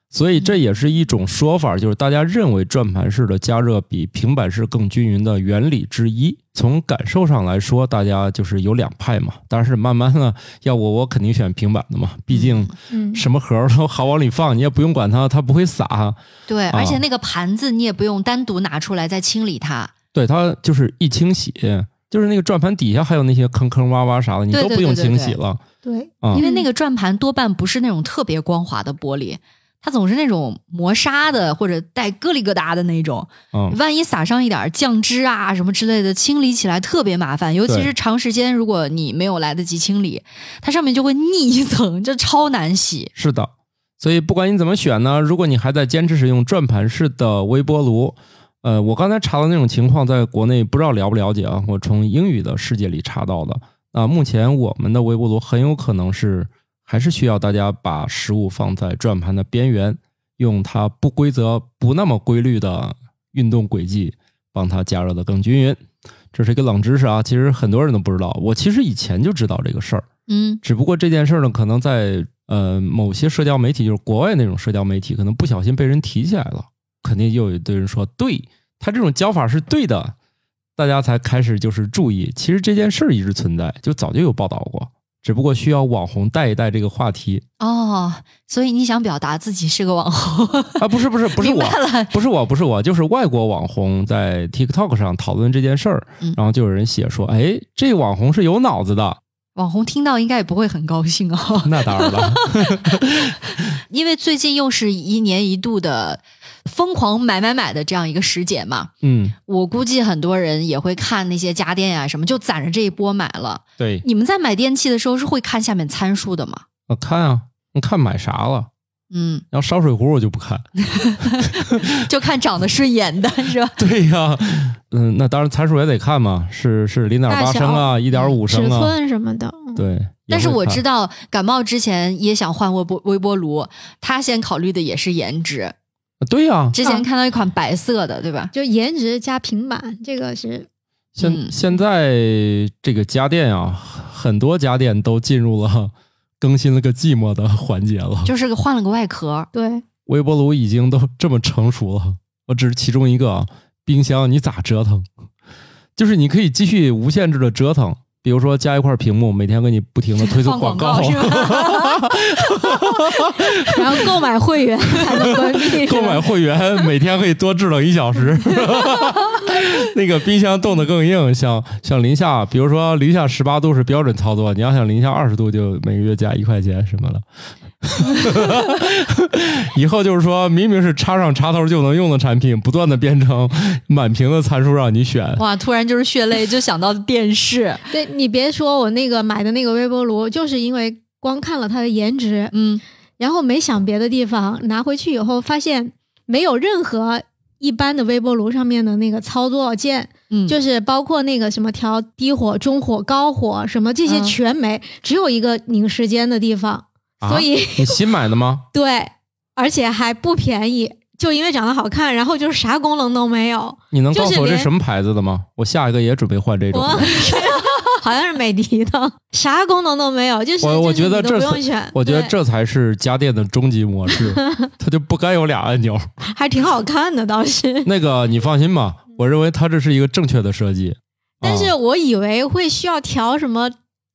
A: 所以这也是一种说法，就是大家认为转盘式的加热比平板式更均匀的原理之一。从感受上来说，大家就是有两派嘛。但是慢慢的，要我我肯定选平板的嘛，毕竟
C: 嗯，
A: 什么盒儿都好往里放，你也不用管它，它不会洒。
B: 对，而且
A: 啊
B: 那个盘子你也不用单独拿出来再清理它，
A: 对，它就是一清洗，就是那个转盘底下还有那些坑坑洼洼啥的，你
B: 对
A: 都
B: 对
A: 不用
B: 对对
A: 清
B: 对
A: 洗了。
C: 对，
A: 啊
B: 因为那个转盘多半不是那种特别光滑的玻璃，它总是那种磨砂的或者带疙里疙瘩的那种，
A: 嗯，
B: 万一撒上一点儿酱汁啊什么之类的，清理起来特别麻烦，尤其
A: 对
B: 是长时间，如果你没有来得及清理，它上面就会腻一层，这超难洗。
A: 是的。所以不管你怎么选呢，如果你还在坚持使用转盘式的微波炉，呃，我刚才查到那种情况，在国内不知道了不了解啊？我从英语的世界里查到的。啊，目前我们的微波炉很有可能是还是需要大家把食物放在转盘的边缘，用它不规则、不那么规律的运动轨迹，帮它加热的更均匀。这是一个冷知识啊，其实很多人都不知道。我其实以前就知道这个事儿，
B: 嗯，
A: 只不过这件事儿呢，可能在呃某些社交媒体，就是国外那种社交媒体，可能不小心被人提起来了，肯定又有一堆人说，对他这种教法是对的，大家才开始就是注意。其实这件事儿一直存在，就早就有报道过，只不过需要网红带一带这个话题
B: 哦，所以你想表达自己是个网红，
A: 啊，不是不是不是
B: 明
A: 我。
B: 白了，
A: 不是我，不是我，就是外国网红在 TikTok 上讨论这件事儿
B: 嗯，
A: 然后就有人写说：“哎，这网红是有脑子的。
B: 网红听到应该也不会很高兴 哦”，
A: 那当然 了，
B: 因为最近又是一年一度的疯狂买买买的这样一个时节嘛，
A: 嗯，
B: 我估计很多人也会看那些家电呀、什么，就攒着这一波买了。
A: 对，
B: 你们在买电器的时候是会看下面参数的吗？
A: 我看啊，你看买啥了？
B: 嗯，
A: 然后烧水壶我就不 看。
B: 就看长得顺眼的 是吧？
A: 对呀、嗯，那当然参数也得看嘛，是是零点八
C: 大小
A: 升啊，一点五
C: 尺
A: 升啊，
C: 寸什么的，嗯
A: 对。
B: 但是我知
A: 道，
B: 道感冒之前也想换微波微波炉，他先考虑的也是颜值。
A: 啊对呀、
B: 之
C: 嗯
B: 前看到一款白色的，对吧？
C: 就颜值加平板，这个是
A: 现、
B: 嗯
A: 现在这个家电啊，很多家电都进入了 更新了个寂寞的环节了。
B: 就是换了个外壳。
C: 对，
A: 微波炉已经都这么成熟了，我只是其中一个啊。冰箱你咋折腾？就是你可以继续无限制的折腾，比如说加一块屏幕，每天给你不停的推出
B: 放广
A: 告，
B: 告是吧？
C: 然后购买会员才能关 闭。
A: 购买会员每天可以多制冷一小时， 那个冰箱冻得更硬，像像零下，比如说零下十八度是标准操作，你要想零下二十度就每个月加一块钱什么了。 以后就是说，明明是插上插头就能用的产品，不断的变成满屏的参数让你选。
B: 哇，突然就是血泪，就想到电视，
C: 对你别说，我那个买的那个微波炉，就是因为光看了它的颜值，
B: 嗯，
C: 然后没想别的地方，拿回去以后发现没有任何一般的微波炉上面的那个操作键，
B: 嗯，
C: 就是包括那个什么调低火、中火、高火什么这些
A: 啊
B: 嗯
C: 全没，只有一个拧时间的地方，所以、
A: 啊、 你新买的吗？
C: 对，而且还不便宜。就因为长得好看，然后就是啥功能都没有，
A: 你能告诉我
C: 就是
A: 这
C: 连
A: 什么牌子的吗？我下一个也准备换这种
C: 我
A: 的。
C: 好像是美的的，啥功能都没有，就是
A: 我我
C: 就是
A: 觉得
C: 你都
A: 这
C: 不
A: 是
C: 用选，
A: 我觉得
C: 对
A: 这才是家电的终极模 式，它就不该有俩按钮。
C: 还挺好看的倒 是，
A: 那个你放心吧，我认为它这是一个正确的设计。
C: 嗯但是
A: 啊
C: 我以为会需要调什么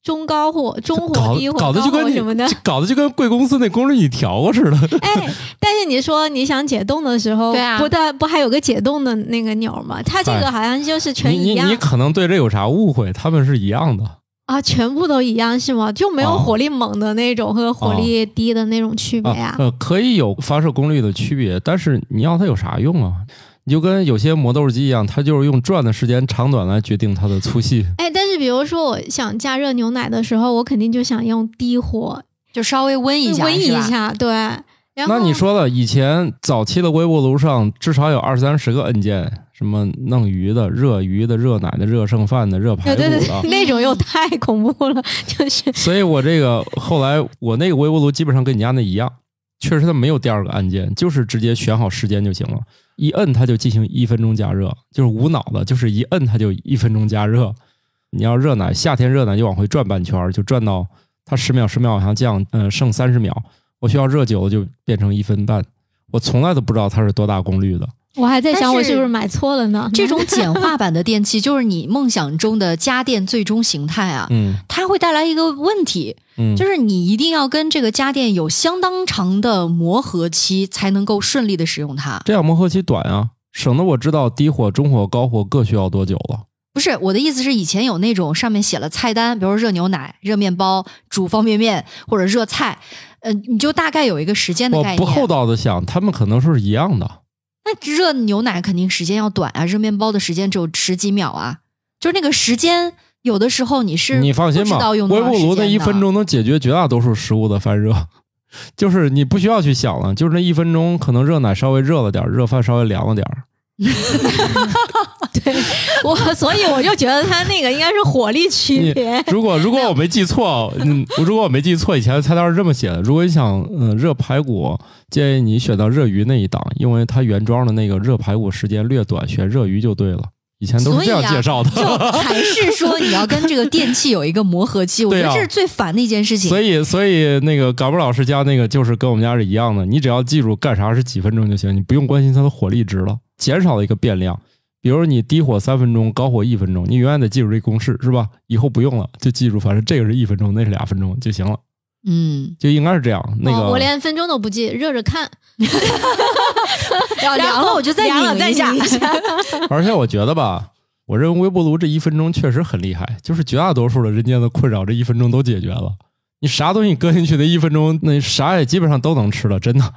C: 中高火、中火、
A: 搞
C: 低火、
A: 搞
C: 高
A: 得就跟
C: 火
A: 你
C: 什么的。
A: 就搞得就跟贵公司那功率你调过似 的。
C: 哎，但是你说你想解冻的时候，
B: 对啊
C: 不但不还有个解冻的那个钮儿吗？它这
A: 哎
C: 个好像就是全
A: 你
C: 一
A: 你
C: 样
A: 你可能对这有啥误会？他们是一样的。
C: 啊，全部都一样是吗？就没
A: 哦
C: 有火力猛的那种和火力低的那种区别
A: 啊，呃，可以有发射功率的区别，但是你要它有啥用啊？你就跟有些磨豆机一样，它就是用转的时间长短来决定它的粗细。
C: 哎，但是比如说我想加热牛奶的时候，我肯定就想用低火
B: 就稍微温一下，
C: 温一
B: 是吧，
C: 下，对。然后
A: 那你说了，以前早期的微波炉上至少有二三十个按键，什么弄鱼的、热鱼的、热奶的、热剩饭的、热排
C: 对
A: 骨
C: 对
A: 的。
C: 对，那种又太恐怖了， 就是
A: 所以我这个后来我那个微波炉基本上跟你家那一样，确实它没有第二个按键，就是直接选好时间就行了，一摁它就进行一分钟加热，就是无脑的，就是一摁它就一分钟加热。你要热奶，夏天热奶就往回转半圈儿，就转到它十秒十秒往下降，嗯、剩三十秒。我需要热久了就变成一分半。我从来都不知道它是多大功率的。
C: 我还在
B: 但
C: 想我是
B: 是
C: 不是买错了呢？
B: 这种简化版的电器就是你梦想中的家电最终形态啊。
A: 嗯
B: 它会带来一个问题，
A: 嗯，
B: 就是你一定要跟这个家电有相当长的磨合期，才能够顺利的使用它。
A: 这样磨合期短啊，省得我知道低火、中火、高火各需要多久了。
B: 不是我的意思是，以前有那种上面写了菜单，比如说热牛奶、热面包、煮方便面或者热菜，呃，你就大概有一个时间的
A: 我
B: 概念。
A: 不厚道的想，他们可能说是一样的。
B: 那热牛奶肯定时间要短啊，热面包的时间只有十几秒啊，就是那个时间，有的时候你是
A: 你放心
B: 不知
A: 吧，
B: 道用
A: 微
B: 多长
A: 波
B: 时间
A: 炉那一
B: 的
A: 分钟能解决绝大多数食物的翻热， 就是你不需要去想了，就是那一分钟，可能热奶稍微热了点儿，热饭稍微凉了点儿。
C: 我所以我就觉得它那个应该是火力区别。
A: 如果如果我没记错，嗯，如果我没记错，以前菜单是这么写的：如果你想嗯、热排骨，建议你选到热鱼那一档，因为它原装的那个热排骨时间略短，选热鱼就对了。以前都
B: 所
A: 是
B: 以
A: 这
B: 啊，
A: 样介绍的。
B: 就还是说你要跟这个电器有一个磨合期，我觉
A: 对
B: 得
A: 啊
B: 这是最烦的一件事情。
A: 所以，所以那个嘎布老师家那个就是跟我们家是一样的，你只要记住干啥是几分钟就行，你不用关心它的火力值了，减少了一个变量。比如你低火三分钟，高火一分钟，你永远得记住这公式，是吧？以后不用了，就记住，反正这个是一分钟，那是俩分钟就行了，
B: 嗯，
A: 就应该是这样。那个、
C: 哦、我连分钟都不记，热着看，
B: 要哦凉了我就再
C: 凉了
B: 拧
C: 再
B: 一下
C: 拧一下。
A: 而且我觉得吧，我认为微波炉这一分钟确实很厉害，就是绝大多数的人间的困扰，这一分钟都解决了。你啥东西搁进去的一分钟，那啥也基本上都能吃了，真的。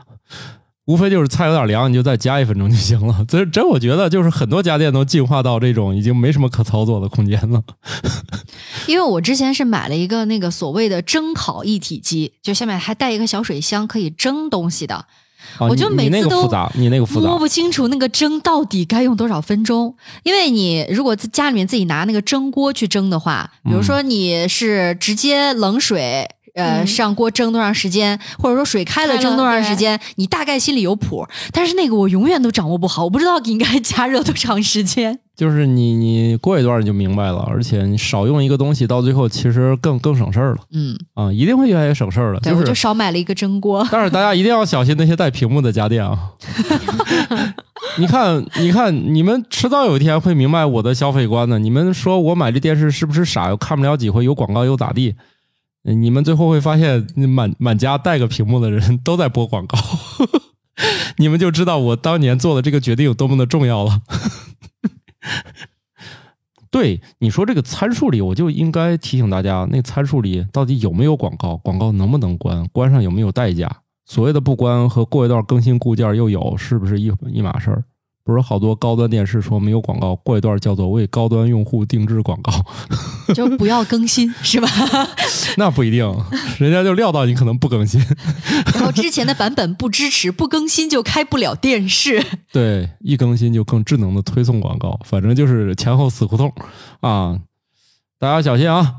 A: 无非就是菜有点凉，你就再加一分钟就行了。这这我觉得就是很多家电都进化到这种已经没什么可操作的空间了。
B: 因为我之前是买了一个那个所谓的蒸烤一体机，就下面还带一个小水箱，可以蒸东西的，
A: 啊、
B: 我就
A: 你
B: 每
A: 你那
B: 次
A: 个
B: 都
A: 复杂，你那个复杂
B: 摸，不清楚那个蒸到底该用多少分钟。因为你如果在家里面自己拿那个蒸锅去蒸的话，比如说你是直接冷水。呃，
C: 嗯
B: 上锅蒸多长时间，或者说水开了
C: 开
B: 蒸
C: 了
B: 多长时间，你大概心里有谱。但是那个我永远都掌握不好，我不知道应该加热多长时间。
A: 就是你你过一段你就明白了，而且你少用一个东西，到最后其实更更省事儿了
B: 嗯，
A: 啊，一定会越来越省事儿的。
B: 对，
A: 就是
B: 我 就少买了一个蒸锅。
A: 但是大家一定要小心那些带屏幕的家电啊！ 你看，你看，你们迟早有一天会明白我的消费观的。你们说我买这电视是不是傻？看不了几回，有广告又咋地？你们最后会发现，满满家带个屏幕的人都在播广告， 你们就知道我当年做的这个决定有多么的重要了。 对你说这个参数里，我就应该提醒大家，那参数里到底有没有广告？广告能不能关？关上有没有代价？所谓的不关和过一段更新固件又有是不是一一码事儿？不是好多高端电视说没有广告，过一段叫做为高端用户定制广告，
B: 就不要更新是吧？
A: 那不一 定，人家就料到你可能不更新。
B: 然后之前的版本不支持，不更新就开不了电 视。
A: 对，一更新就更智能的推送广告，反正就是前后死胡同啊，大家小心啊！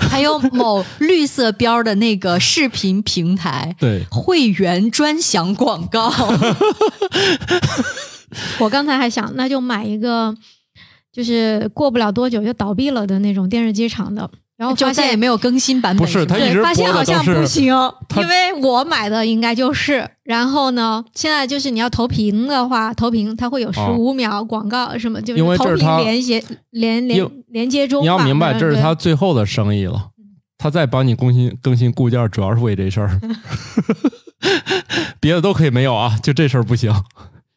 B: 还有某绿色标的那个视频平台，
A: 对，
B: 会员专享广告，
C: 我刚才还想，那就买一个，就是过不了多久就倒闭了的那种电视机厂的，然 后
B: 就
C: 发
B: 再也
C: 现
B: 没有更新版本。
A: 不是他一直
C: 对，发现
A: 播
C: 好
A: 的
C: 像
A: 都
C: 不
A: 是
C: 行，
A: 他
C: 因为我买的应该就是。然后呢，现在就是你要投屏的话，投屏它会有十
A: 啊
C: 五秒广告什么，就
A: 因为
C: 是
A: 这
C: 投
A: 是他
C: 屏连接连
A: 因
C: 连
A: 为
C: 连接中吧。
A: 你要明白，
C: 反
A: 这
C: 正
A: 是
C: 对
A: 他最后的生意了。他再帮你更新更新固件，主要是为这事儿， 别的都可以没有啊，就这事儿不行。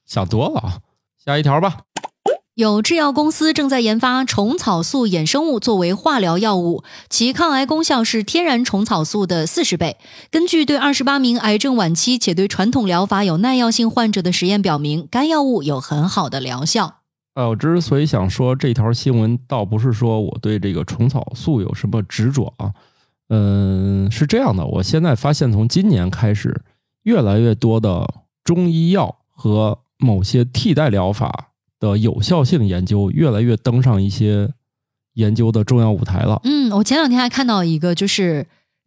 A: 想多了啊，下一条吧。
B: 有制药公司正在研发虫草素衍生物作为化疗药物，其抗癌功效是天然虫草素的四十倍。根据对二十八名癌症晚期且对传统疗法有耐药性患者的实验表明，该药物有很好的疗效。
A: 呃，我之所以想说这条新闻，倒不是说我对这个虫草素有什么执着啊，嗯，是这样的，我现在发现从今年开始，越来越多的中医药和某些替代疗法的有效性研究，越来越登上一些研究的重要舞台了。
B: 嗯，我前两天还看到一个，就是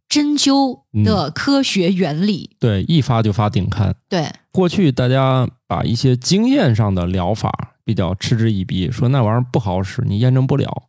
B: 针灸的
A: 嗯
B: 科学原理。
A: 对，一发就发顶刊。
B: 对，
A: 过去大家把一些经验上的疗法比较嗤之以鼻，说那玩意儿不好使，你验证不了。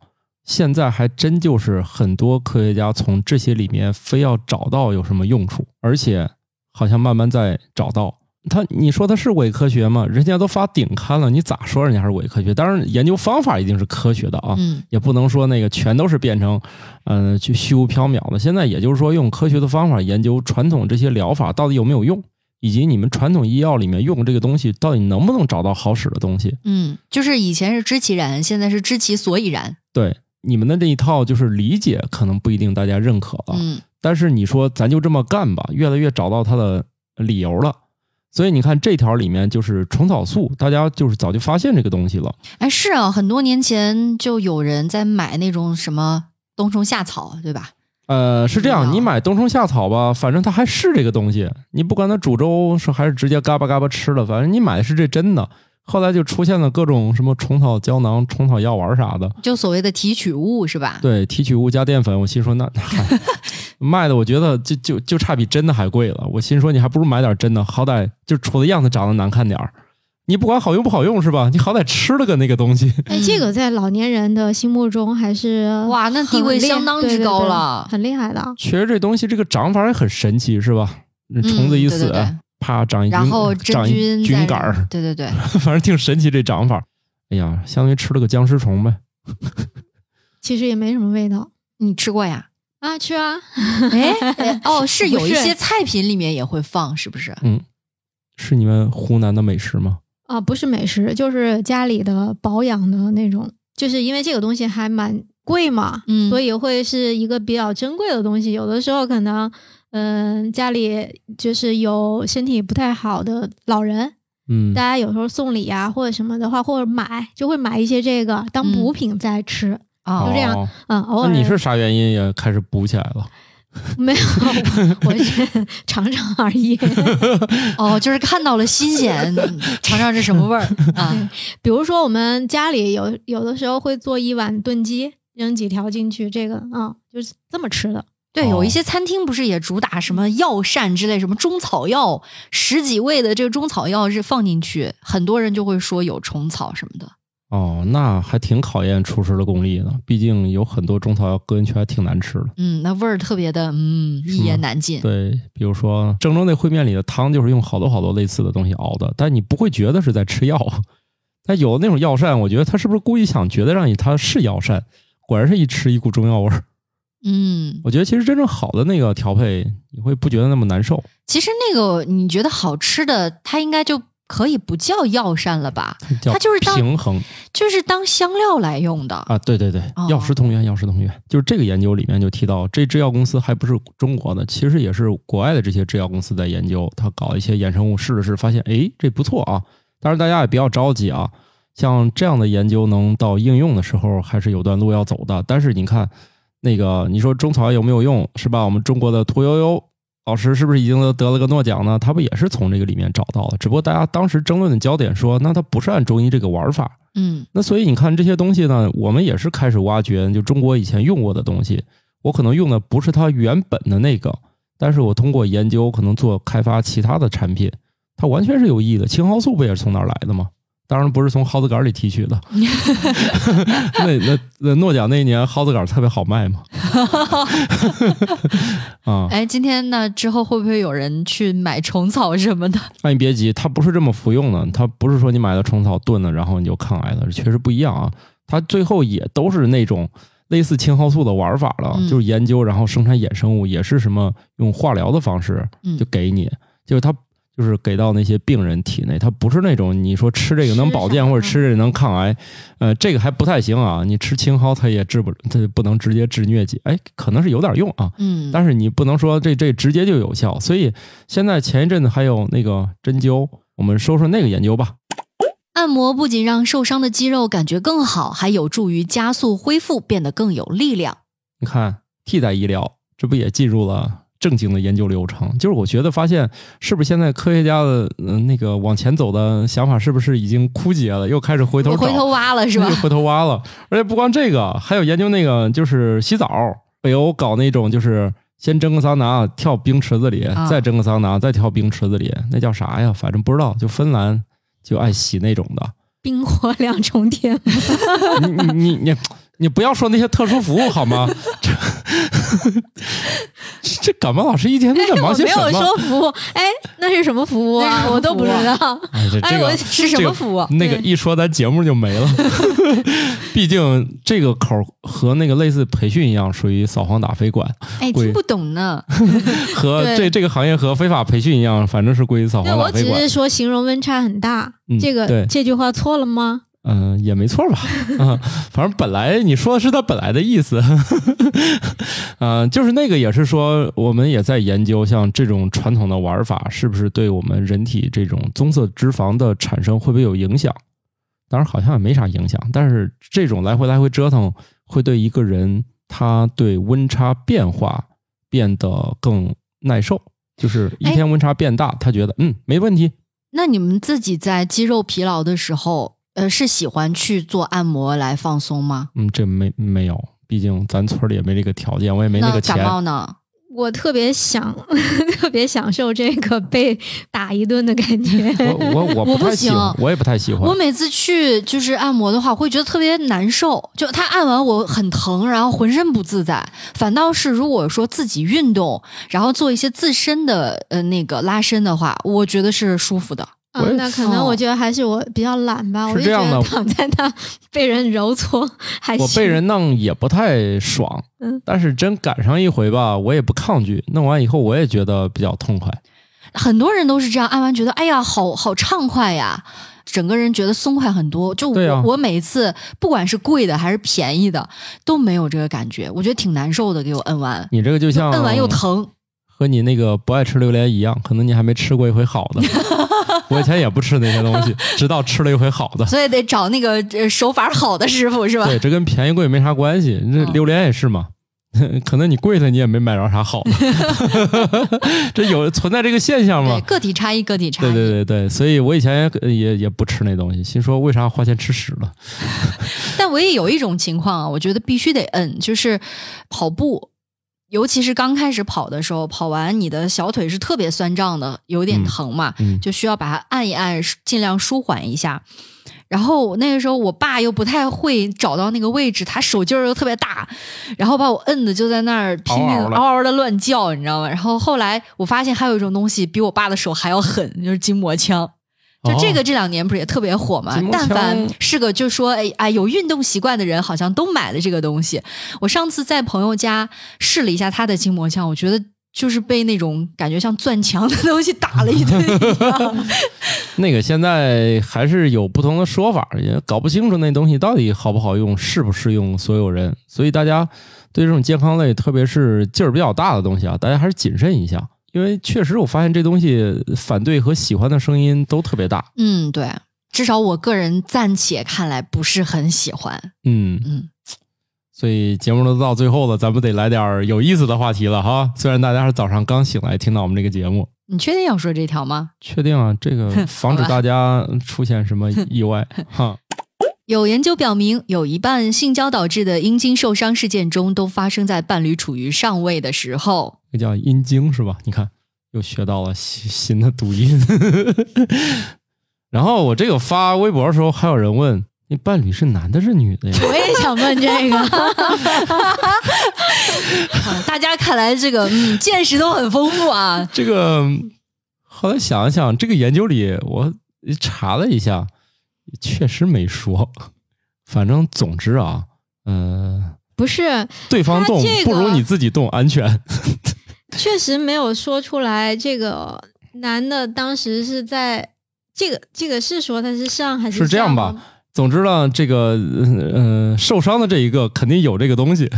A: 现在还真就是很多科学家从这些里面非要找到有什么用处，而且好像慢慢在找到。他，你说他是伪科学吗？人家都发顶刊了，你咋说人家是伪科学？当然，研究方法一定是科学的啊，
B: 嗯，
A: 也不能说那个全都是变成，嗯，去虚无缥缈的。现在也就是说，用科学的方法研究传统这些疗法到底有没有用，以及你们传统医药里面用这个东西到底能不能找到好使的东西。
B: 嗯，就是以前是知其然，现在是知其所以然。
A: 对你们的这一套就是理解，可能不一定大家认可了。
B: 嗯，
A: 但是你说咱就这么干吧，越来越找到它的理由了。所以你看这条里面就是虫草素，大家就是早就发现这个东西了。
B: 哎，是啊，很多年前就有人在买那种什么冬虫夏草，对吧？
A: 呃，是这
B: 是
A: 样，
B: 啊
A: 你买冬虫夏草吧，反正它还是这个东西，你不管它煮粥是还是直接嘎巴嘎巴吃了，反正你买的是这真的。后来就出现了各种什么虫草胶囊、虫草药丸啥的，
B: 就所谓的提取物是吧？
A: 对，提取物加淀粉。我心说那 嗨卖的，我觉得就就就差比真的还贵了。我心说你还不如买点真的，好歹就除了样子长得难看点儿，你不管好用不好用是吧？你好歹吃了个那个东西。
C: 哎，这个在老年人的心目中还是
B: 哇那地位
C: 很厉
B: 相当之
C: 对对对
B: 高了
C: 很厉害的。
A: 其实这东西这个长法也很神奇是吧？那虫子一死，
B: 嗯对对对
A: 啪长一
B: 然
A: 菌
B: 后真
A: 长一
B: 菌
A: 菌
B: 在
A: 杆儿。
B: 对 对对，
A: 反正挺神奇这长法。哎呀，相当于吃了个僵尸虫呗。
C: 其实也没什么味道
B: 你吃过呀？
C: 啊，吃啊，
B: 哎，哦， 是有
C: 不
B: 一
C: 是
B: 些菜品里面也会放，是不是？
A: 是你们湖南的美食吗？
C: 啊，不是美食，就是家里的保养的那种，就是因为这个东西还蛮贵嘛，
B: 嗯
C: 所以会是一个比较珍贵的东西。有的时候可能，嗯，家里就是有身体不太好的老人，
A: 嗯
C: 大，家有时候送礼啊或者什么的话，或者买就会买一些这个
B: 嗯
C: 当补品在吃。
B: 啊、
C: 就这样
A: 哦
C: 嗯，偶
A: 那
C: 尔
A: 你是啥原因也开始补起来了？
C: 没有，我我是尝尝而已。
B: 哦，就是看到了新鲜，嗯尝尝这什么味儿啊？
C: 比如说，我们家里有有的时候会做一碗炖鸡，扔几条进去，这个啊、就是这么吃的。
B: 对，
A: 哦
B: 有一些餐厅不是也主打什么药膳之类，什么中草药，十几味的这个中草药是放进去，很多人就会说有虫草什么的。
A: 哦，那还挺考验厨师的功力的，毕竟有很多中草药搁进去还挺难吃的。
B: 嗯，那味儿特别的，嗯，一言难尽。
A: 对，比如说郑州那烩面里的汤，就是用好多好多类似的东西熬的，但你不会觉得是在吃药。 但有的那种药膳，我觉得他是不是故意想觉得让你它是药膳，果然是一吃一股中药味儿。
B: 嗯，
A: 我觉得其实真正好的那个调配，你会不觉得那么难受。
B: 其实那个你觉得好吃的，它应该就可以不叫药膳了吧？
A: 叫
B: 它就是当
A: 平衡
B: 就是当香料来用的。
A: 啊，对对对，
B: 哦
A: 药食同源，药食同源，就是这个研究里面就提到，这制药公司还不是中国的，其实也是国外的这些制药公司在研究，他搞一些衍生物试了试，发现诶这不错啊。当然大家也不要着急啊，像这样的研究能到应用的时候，还是有段路要走的。但是你看那个，你说中草药有没有用，是吧？我们中国的屠呦呦。老师是不是已经得了个诺奖呢？他不也是从这个里面找到的？只不过大家当时争论的焦点说，那他不是按中医这个玩法，
B: 嗯
A: 那所以你看这些东西呢，我们也是开始挖掘，就中国以前用过的东西，我可能用的不是它原本的那个，但是我通过研究可能做开发其他的产品，它完全是有意义的。青蒿素不也是从哪儿来的吗？当然不是从蒿子杆儿里提取的。 那那那诺奖那一年蒿子杆儿特别好卖嘛。 啊，
B: 哎，今天那之后会不会有人去买虫草什么的？
A: 那你别急，它不是这么服用的，它不是说你买了虫草炖了，然后你就抗癌了，确实不一样啊。它最后也都是那种类似青蒿素的玩法了，
B: 嗯
A: 就是研究然后生产衍生物，也是什么用化疗的方式
B: 嗯
A: 就给你，就是它就是给到那些病人体内，它不是那种你说吃这个能保
B: 嗯
C: 吃啥
A: 健或者吃这个能抗癌，呃，这个还不太行啊。你吃青蒿它也治不，它不能直接治疟疾，哎，可能是有点用啊，
B: 嗯，
A: 但是你不能说这这直接就有效，所以现在前一阵子还有那个针灸，我们说说那个研究吧。
B: 按摩不仅让受伤的肌肉感觉更好，还有助于加速恢复，变得更有力量。
A: 你看，替代医疗这不也进入了正经的研究流程？就是我觉得发现，是不是现在科学家的嗯、呃那个往前走的想法，是不是已经枯竭了？又开始回头
B: 我
A: 找嗯
B: 回头挖了是吧
A: 又？回头挖了。而且不光这个，还有研究那个就是洗澡，北欧搞那种就是。先蒸个桑拿，跳冰池子里，
B: 啊
A: 再蒸个桑拿，再跳冰池子里，那叫啥呀？反正不知道。就芬兰就爱洗那种的，
C: 冰火两重天。
A: 你你你你你不要说那些特殊服务好吗？ 这这感冒老师一天都在
C: 我
A: 忙些
C: 没
A: 什
C: 有
A: 么？
C: 说服务，哎，那是什么服务
B: 那是
C: 啊？
B: 什么
C: 我都不知
B: 服务啊
C: 道。
A: 哎，这这
C: 哎，
A: 个、
C: 我是什
A: 这
C: 么
A: 个嗯
C: 服务？
A: 那个
C: 对
A: 一说咱节目就没了， 毕竟这个口儿和那个类似培训一样，属于扫黄打非管，
B: 哎，
A: 贵
B: 听不懂呢。
A: 和
C: 对
A: 这这个行业和非法培训一样，反正是归于扫
C: 对，
A: 黄
C: 我
A: 打非
C: 只
A: 管
C: 是。说形容温差很大，
A: 嗯
C: 这
A: 对
C: 个这句话错了吗？
A: 嗯、也没错吧？啊，反正本来你说的是他本来的意思， 呃，就是那个也是说，我们也在研究，像这种传统的玩法是不是对我们人体这种棕色脂肪的产生会不会有影响？当然好像也没啥影响，但是这种来回来回折腾，会对一个人他对温差变化变得更耐受，就是一天温差变大，他觉得嗯没问题，
B: 那你们自己在肌肉疲劳的时候，呃，是喜欢去做按摩来放松吗？
A: 嗯，这没没有，毕竟咱村里也没这个条件，我也没那个钱
B: 感。冒呢？
C: 我特别想， 特别享受这个被打一顿的感觉。
A: 我 我我
B: 我不
A: 太喜
B: 行
A: 欢，我也不太喜欢
B: 我。每次去就是按摩的话，我会觉得特别难受，就它按完我很疼，然后浑身不自在。反倒是如果说自己运动，然后做一些自身的呃那个拉伸的话，我觉得是舒服的。
A: 我
C: 啊，
A: 也
C: 那可能
B: 哦
C: 我觉得还是我比较懒吧，我
A: 是
C: 就
A: 这样
C: 觉得
A: 的
C: 躺在那被人揉搓还
A: 我
C: 行
A: 被人弄也不太爽
C: 嗯，
A: 但是真赶上一回吧，我也不抗拒。弄完以后我也觉得比较痛快。
B: 很多人都是这样，按完觉得哎呀，好好畅快呀，整个人觉得松快很多。就我、
A: 对啊
B: 我每一次，不管是贵的还是便宜的，都没有这个感觉，我觉得挺难受的。给我摁完，
A: 你这个就像
B: 摁完又疼。
A: 和你那个不爱吃榴莲一样，可能你还没吃过一回好 的。我以前也不吃那些东西，直到吃了一回好的。
B: 所以得找那个呃手法好的师傅是吧？
A: 对，这跟便宜贵没啥关系。这
B: 嗯
A: 榴莲也是嘛， 可能你贵了你也没买着啥好 的。 这有存在这个现象吗
B: 对，？个体差异，个体差异。
A: 对对对对，所以我以前也也也不吃那东西，心说为啥花钱吃屎了？
B: 但我也有一种情况啊，我觉得必须得摁，就是跑步。尤其是刚开始跑的时候，跑完你的小腿是特别酸胀的，有点
A: 嗯
B: 疼嘛，
A: 嗯
B: 就需要把它按一按，尽量舒缓一下。然后那个时候我爸又不太会找到那个位置，他手劲儿又特别大，然后把我摁的就在那儿拼命
A: 嗷嗷地
B: 嗷嗷的乱叫，你知道吗？然后后来我发现还有一种东西比我爸的手还要狠，就是筋膜枪。就这个这两年不是也特别火嘛
A: 筋？膜
B: 但凡
A: 哦枪
B: 是个就说哎哎有运动习惯的人，好像都买了这个东西。我上次在朋友家试了一下他的筋膜枪，我觉得就是被那种感觉像钻墙的东西打了一顿一样。
A: 那个现在还是有不同的说法，也搞不清楚那东西到底好不好用，适不适用所有人。所以大家对这种健康类，特别是劲儿比较大的东西啊，大家还是谨慎一下，因为确实我发现这东西反对和喜欢的声音都特别大。
B: 嗯，对，至少我个人暂且看来不是很喜欢。
A: 嗯
B: 嗯，
A: 所以节目都到最后了，咱们得来点儿有意思的话题了哈。虽然大家是早上刚醒来听到我们这个节目，
B: 你确定要说这条吗？
A: 确定啊，这 个防止
B: 好吧
A: 大家出现什么意外哈。
B: 有研究表明，有一半性交导致的阴茎受伤事件中都发生在伴侣处于上位的时候。
A: 这叫阴茎是吧？你看，又学到了新新的读音。 然后我这个发微博的时候，还有人问你伴侣是男的是女的呀？
C: 我也想问这个，
B: 啊大家看来这个嗯见识都很丰 富啊。
A: 这个后来想一想，这个研究里我查了一下，确实没说。反正总之啊，呃，
C: 不是，
A: 对方动
C: 他这个
A: 不如你自己动安全。
C: 确实没有说出来这个男的当时是在这个这个是说他是上还
A: 是这样
C: 下
A: 吧
C: 吗？
A: 总之呢，这个呃呃受伤的这一个肯定有这个东西，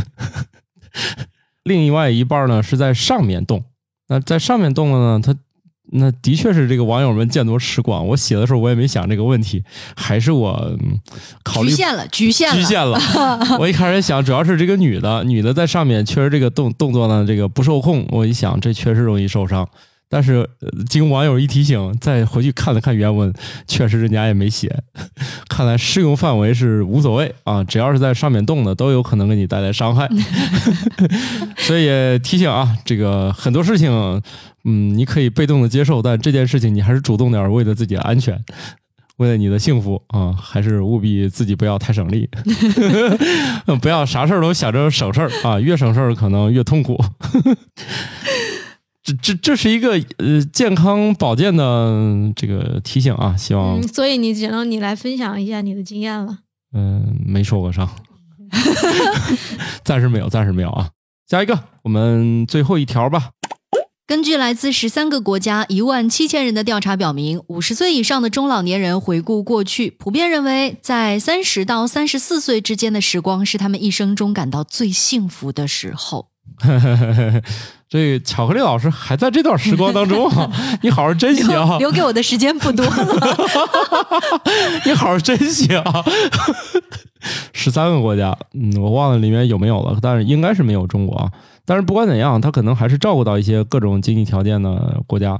A: 另外一半呢是在上面动。那在上面动了呢，他那的确是这个网友们见多识广。我写的时候我也没想这个问题，还是我、嗯考虑
B: 局限了，局限了，
A: 局限了。我一开始想，主要是这个女的，女的在上面确实这个动动作呢，这个不受控。我一想，这确实容易受伤。但是呃经网友一提醒，再回去看了看原文，确实人家也没写。看来适用范围是无所谓啊，只要是在上面动的，都有可能给你带来伤害。所以也提醒啊，这个很多事情，嗯，你可以被动的接受，但这件事情你还是主动点儿，为了自己的安全。为了你的幸福啊，还是务必自己不要太省力，不要啥事儿都想着省事儿啊，越省事儿可能越痛苦。 这这这是一个呃健康保健的嗯这个提醒啊，希望
C: 嗯，所以你只能你来分享一下你的经 验了。
A: 嗯、没受过伤，暂时没有，暂时没有啊。下一个，我们最后一条吧。
B: 根据来自十三个国家一万七千人的调查表明，五十岁以上的中老年人回顾过去，普遍认为在三十到三十四岁之间的时光是他们一生中感到最幸福的时候。
A: 这巧克力老师还在这段时光当中啊，你好好珍惜啊，
B: 留给我的时间不多了。
A: 你好好珍惜啊！十三个国家，嗯，我忘了里面有没有了，但是应该是没有中国啊。但是不管怎样，他可能还是照顾到一些各种经济条件的国家。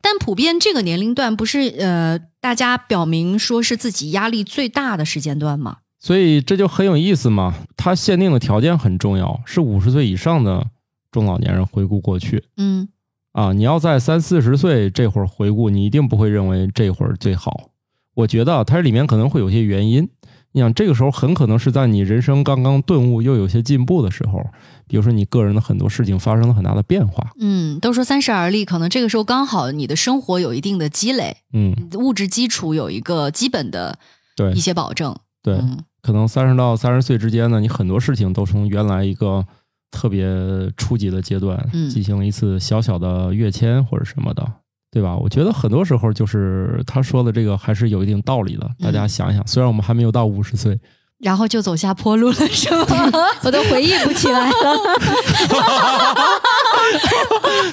B: 但普遍这个年龄段不是呃，大家表明说是自己压力最大的时间段吗？
A: 所以这就很有意思嘛。它限定的条件很重要，是五十岁以上的中老年人回顾过去
B: 嗯，
A: 啊。你要在三四十岁这会儿回顾，你一定不会认为这会儿最好。我觉得啊它里面可能会有些原因。你想，这个时候很可能是在你人生刚刚顿悟又有些进步的时候，比如说你个人的很多事情发生了很大的变化，
B: 嗯，都说三十而立，可能这个时候刚好你的生活有一定的积累，
A: 嗯，
B: 你的物质基础有一个基本的
A: 对
B: 一些保证。
A: 对，
B: 嗯
A: 可能三十到三十岁之间呢，你很多事情都从原来一个特别初级的阶段
B: 嗯
A: 进行了一次小小的跃迁或者什么的，对吧？我觉得很多时候就是他说的这个还是有一定道理的。大家想一想，虽然我们还没有到五十岁，
B: 然后就走下坡路了，是吗？
C: 我都回忆不起 来了。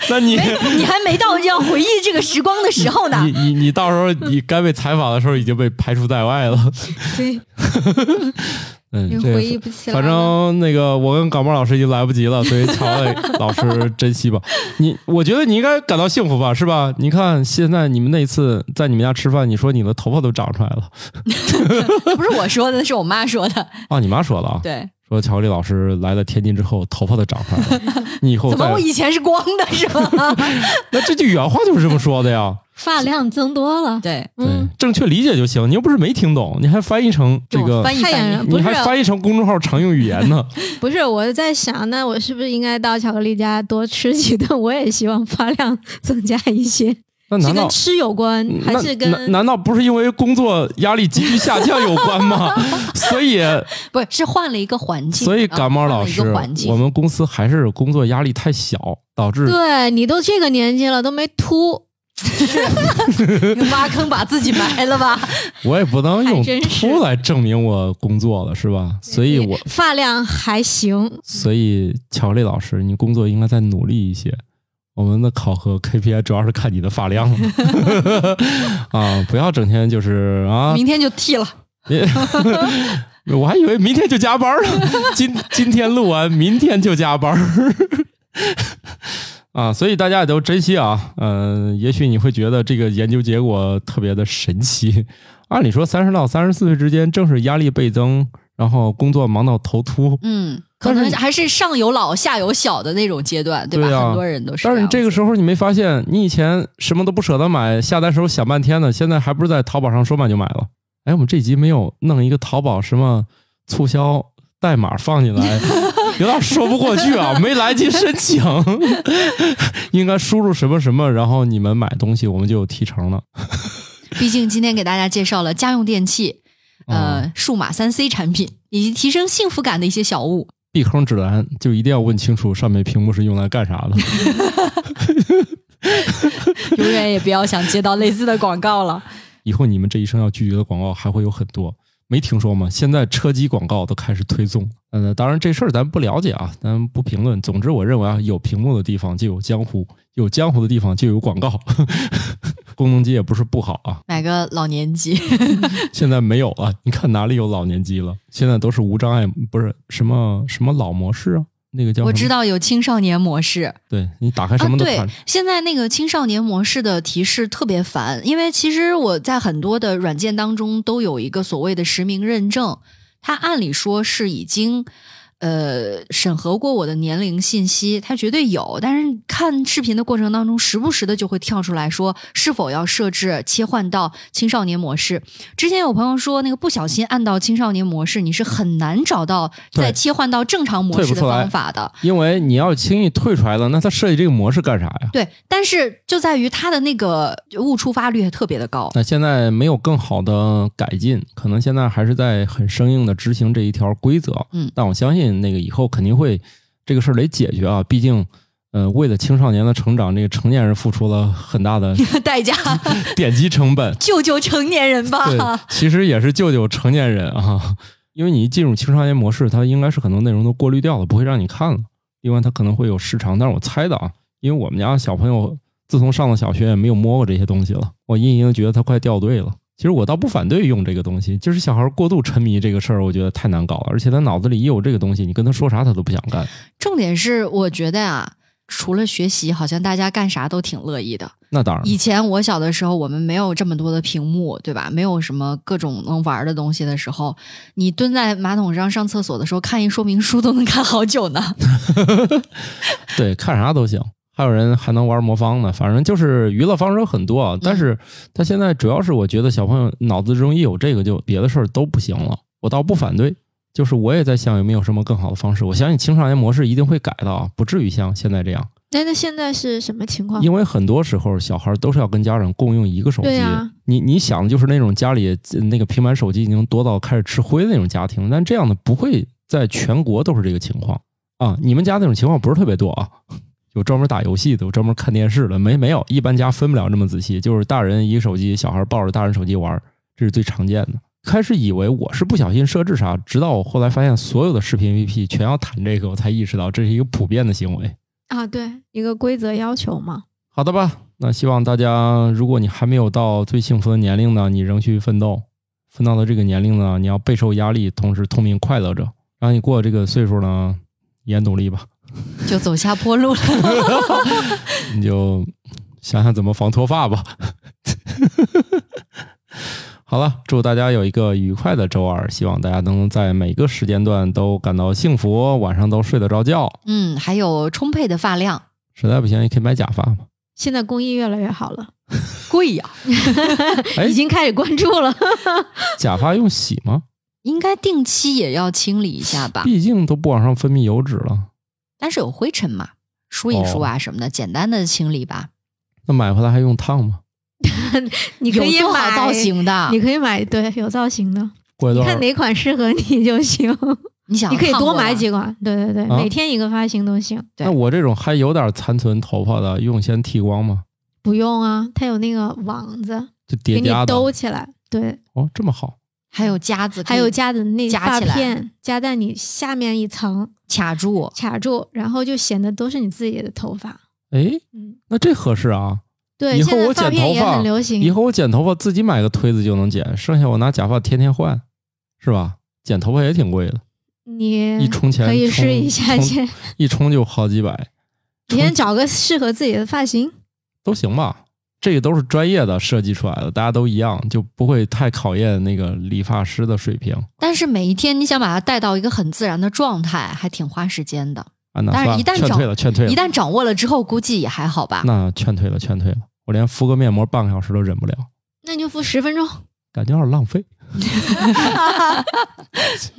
A: 那你
B: 你还没到要回忆这个时光的时候呢
A: 你。你你到时候你该被采访的时候已经被排除在外了。
C: 对，
A: 嗯，这个
C: 回忆不起来了。
A: 反正那个我跟感冒老师已经来不及了，所以乔磊老师珍惜 吧。你我觉得你应该感到幸福吧，是吧？你看现在你们那次在你们家吃饭，你说你的头发都长出来了
B: 不是我说的，是我妈说的。
A: 啊？你妈说了啊？
B: 对，
A: 说乔丽老师来了天津之后，头发都长出来了，你以后
B: 怎
A: 再
B: 么我以前是光的是 吧？
A: 那这句原话就是这么说的呀。
C: 发量增多了。
B: 对，
A: 对
C: 嗯，，
A: 正确理解就行。你又不是没听懂，你还翻译成这
B: 我
A: 个，
B: 翻译
C: 太
B: 翻
C: 阳
B: 译
C: 人，不
A: 你
C: 是
A: 还翻译成公众号常用语言呢。
C: 不是我在想，那我是不是应该到巧克力家多吃几顿？我也希望发量增加一些，
A: 那
C: 是
A: 难
C: 跟
A: 道
C: 吃有关，嗯还
A: 嗯那
C: 是跟
A: 难难道不是因为工作压力急剧下降有关吗？所以
B: 不是是换了一个环境，
A: 所以
B: 啊
A: 感冒老师
B: 换了一个环，
A: 我
B: 境。
A: 们公司还是工作压力太小，导致
C: 对你都这个年纪了都没秃，
B: 你挖坑把自己埋了吧？
A: 我也不能用
C: 还真是嗯
A: 秃来证明我工作了，是吧？所以我
C: 发量还行，
A: 所以乔丽老师，你工作应该再努力一些。我们的考核 KPI 主要是看你的发量 啊，不要整天就是 啊，
B: 明天就剃了。
A: 我还以为明天就加班了，今今天录完，明天就加班儿 啊，所以大家也都珍惜啊。嗯、也许你会觉得这个研究结果特别的神奇。按理说，三十到三十四岁之间，正是压力倍增，然后工作忙到头秃。
B: 嗯，可
A: 但是
B: 能
A: 你
B: 还是上有老下有小的那种阶段，对吧？
A: 对啊
B: 很多人都是。
A: 但是你这个，时候，你没发现你以前什么都不舍得买，下单时候想半天呢，现在还不是在淘宝上说买就买了？哎，我们这集没有弄一个淘宝什么促销代码放进 来，有点说不过去啊，没来及申请， 应该输入什么什么，然后你们买东西，我们就有提成了。
B: 毕竟今天给大家介绍了家用电器，呃，
A: 嗯
B: 数码三 C 产品以及提升幸福感的一些小物。
A: 避坑指南就一定要问清楚上面屏幕是用来干啥的。
B: 永远也不要想接到类似的广告了。
A: 以后你们这一生要拒绝的广告还会有很多，没听说吗？现在车机广告都开始推送。嗯，当然这事儿咱不了解啊，咱不评论。总之，我认为啊，有屏幕的地方就有江湖，有江湖的地方就有广告。 功能机也不是不好啊，
B: 买个老年机，
A: 现在没有了。你看哪里有老年机了？现在都是无障碍，不是什么什么老模式啊，那个叫
B: 我
A: 什么
B: 知，道有青少年模式，
A: 对你打开什么都看。
B: 啊。对，现在那个青少年模式的提示特别烦，因为其实我在很多的软件当中都有一个所谓的实名认证，它按理说是已经。呃，审核过我的年龄信息，它绝对有。但是看视频的过程当中，时不时的就会跳出来说是否要设置切换到青少年模式。之前有朋友说，那个不小心按到青少年模式，你是很难找到再
A: 对
B: 切换到正常模
A: 退
B: 式
A: 不
B: 的
A: 出来
B: 方法的。
A: 因为你要轻易退出来了，那他设计这个模式干啥呀？
B: 对，但是就在于它的那个误触发率特别的高。
A: 那现在没有更好的改进，可能现在还是在很生硬的执行这一条规则。
B: 嗯
A: 但我相信那个以后肯定会这个事儿得解决啊，毕竟。呃，为了青少年的成长，这个成年人付出了很大的
B: 代价，
A: 点击成本。
B: 救救成年人
A: 对
B: 吧！，
A: 其实也是救救成年人啊，因为你一进入青少年模式，它应该是很多内容都过滤掉了，不会让你看了。另外，它可能会有时长，但是我猜的啊，因为我们家小朋友自从上了小学也没有摸过这些东西了，我隐隐地觉得他快掉队了。其实我倒不反对用这个东西，就是小孩过度沉迷这个事儿，我觉得太难搞了。而且他脑子里一有这个东西，你跟他说啥他都不想干。
B: 重点是，我觉得啊，除了学习，好像大家干啥都挺乐意的。
A: 那当然，
B: 以前我小的时候，我们没有这么多的屏幕，对吧？没有什么各种能玩的东西的时候，你蹲在马桶上上厕所的时候，看一说明书都能看好久呢。
A: 对，看啥都行。还有人还能玩魔方呢，反正就是娱乐方式有很多啊。但是他现在主要是我觉得小朋友脑子中一有这个，就别的事儿都不行了。我倒不反对，就是我也在想有没有什么更好的方式。我相信青少年模式一定会改的啊，不至于像现在这样。
C: 哎那那现在是什么情况？
A: 因为很多时候小孩都是要跟家长共用一个手机。
C: 对啊
A: 你你想的就是那种家里呃那个平板手机已经多到开始吃灰的那种家庭，但这样的不会在全国都是这个情况啊。你们家那种情况不是特别多啊。 有专门打游戏的，有专门看电视的，没没有，一般家分不了这么仔细，就是大人一个手机，小孩抱着大人手机玩儿，这是最常见的。开始以为我是不小心设置啥，直到我后来发现所有的视频 APP 全要谈这个，我才意识到这是一个普遍的行为。
C: 啊，对，一个规则要求嘛。
A: 好的吧，那希望大家，如果你还没有到最幸福的年龄呢，你仍需奋斗。奋斗到这个年龄呢，你要备受压力，同时痛并快乐着。让你过这个岁数呢，也努力吧，
B: 就走下坡路了。
A: 你就想想怎么防脱发吧。 好了，祝大家有一个愉快的周二，希望大家能在每个时间段都感到幸福，晚上都睡得着觉。
B: 嗯，还有充沛的发量，
A: 实在不行也可以买假发嘛。
C: 现在工艺越来越好了，
B: 贵呀、
A: 哎
C: 已经开始关注 了。
A: 假发用洗吗？
B: 应该定期也要清理一下吧。
A: 毕竟都不往上分泌油脂了，
B: 但是有灰尘嘛，梳一
A: 哦
B: 梳啊什么的，简单的清理吧。
A: 那买回来还用烫吗？
C: 你可以
B: 有做好
C: 买
B: 造，型
A: 啊
B: 的，
C: 你可以买对有造型的，
A: 过一段
C: 看哪款适合你就行。
B: 你想
C: 你可以
B: 烫
C: 多
B: 过
C: 买
B: 吗
C: 几款，对对对，
A: 啊
C: 每天一个发型都行。
B: 对
A: 那我这种还有点残存头发的，用先剃光吗？
C: 不用啊，它有那个网子
A: 就叠
C: 给你
A: 加的
C: 兜起来，对，
A: 哦，这么好，
B: 还有夹子，
C: 还有夹子那
B: 夹
C: 发
B: 起来
C: 片夹在你下面一层
B: 卡住，
C: 卡住，然后就显得都是你自己的头发。
A: 哎，
C: 嗯，
A: 那这合适啊！
C: 对，
A: 以后
C: 现在
A: 我
C: 发
A: 剪
C: 片
A: 头
C: 也
A: 发
C: 很流
A: 以
C: 行。
A: 后我剪头发自己买个推子就能剪，剩下我拿假发天天换，是吧？剪头发也挺贵的，
C: 你
A: 一充钱
C: 嗯可以
A: 充
C: 试一下
A: 充
C: 先，
A: 一冲就好几百，
C: 你 先找个适合自己的发型。
A: 都行吧？这个都是专业的设计出来的，大家都一样，就不会太考验那个理发师的水平。
B: 但是每一天你想把它带到一个很自然的状态，还挺花时间的。
A: 啊，那
B: 但是
A: 算了
B: 一旦
A: 劝
B: 找
A: 退了，劝退了，
B: 一旦掌握了之后，估计也还好吧。
A: 那劝退了，劝退了，我连敷个面膜半个小时都忍不了，
C: 那你就敷十分钟，
A: 感觉有点浪 费。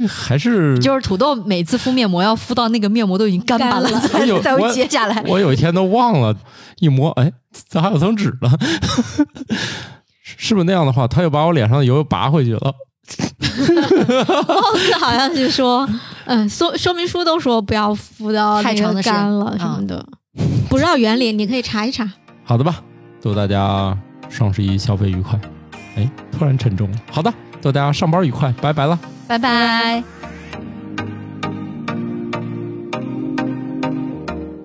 A: 还是
B: 就是土豆每次敷面膜要敷到那个面膜都已经干巴了，
C: 干了
A: 哎呦
B: 才才
A: 我
B: 会揭下来。
A: 我有一天都忘了，一摸，哎，咋还有层纸呢？ 是不是那样的话，他又把我脸上的油又拔回去了？
C: 貌似 好像是 说，嗯，说说明书都说不要敷到
B: 太
C: 那
B: 长
C: 个
B: 的时间
C: 干了什么的，不知道原理你可以查一查。
A: 好的吧，祝大家双十一消费愉快。哎，突然沉重了。好的，祝大家上班愉快，拜拜了。
B: 拜拜。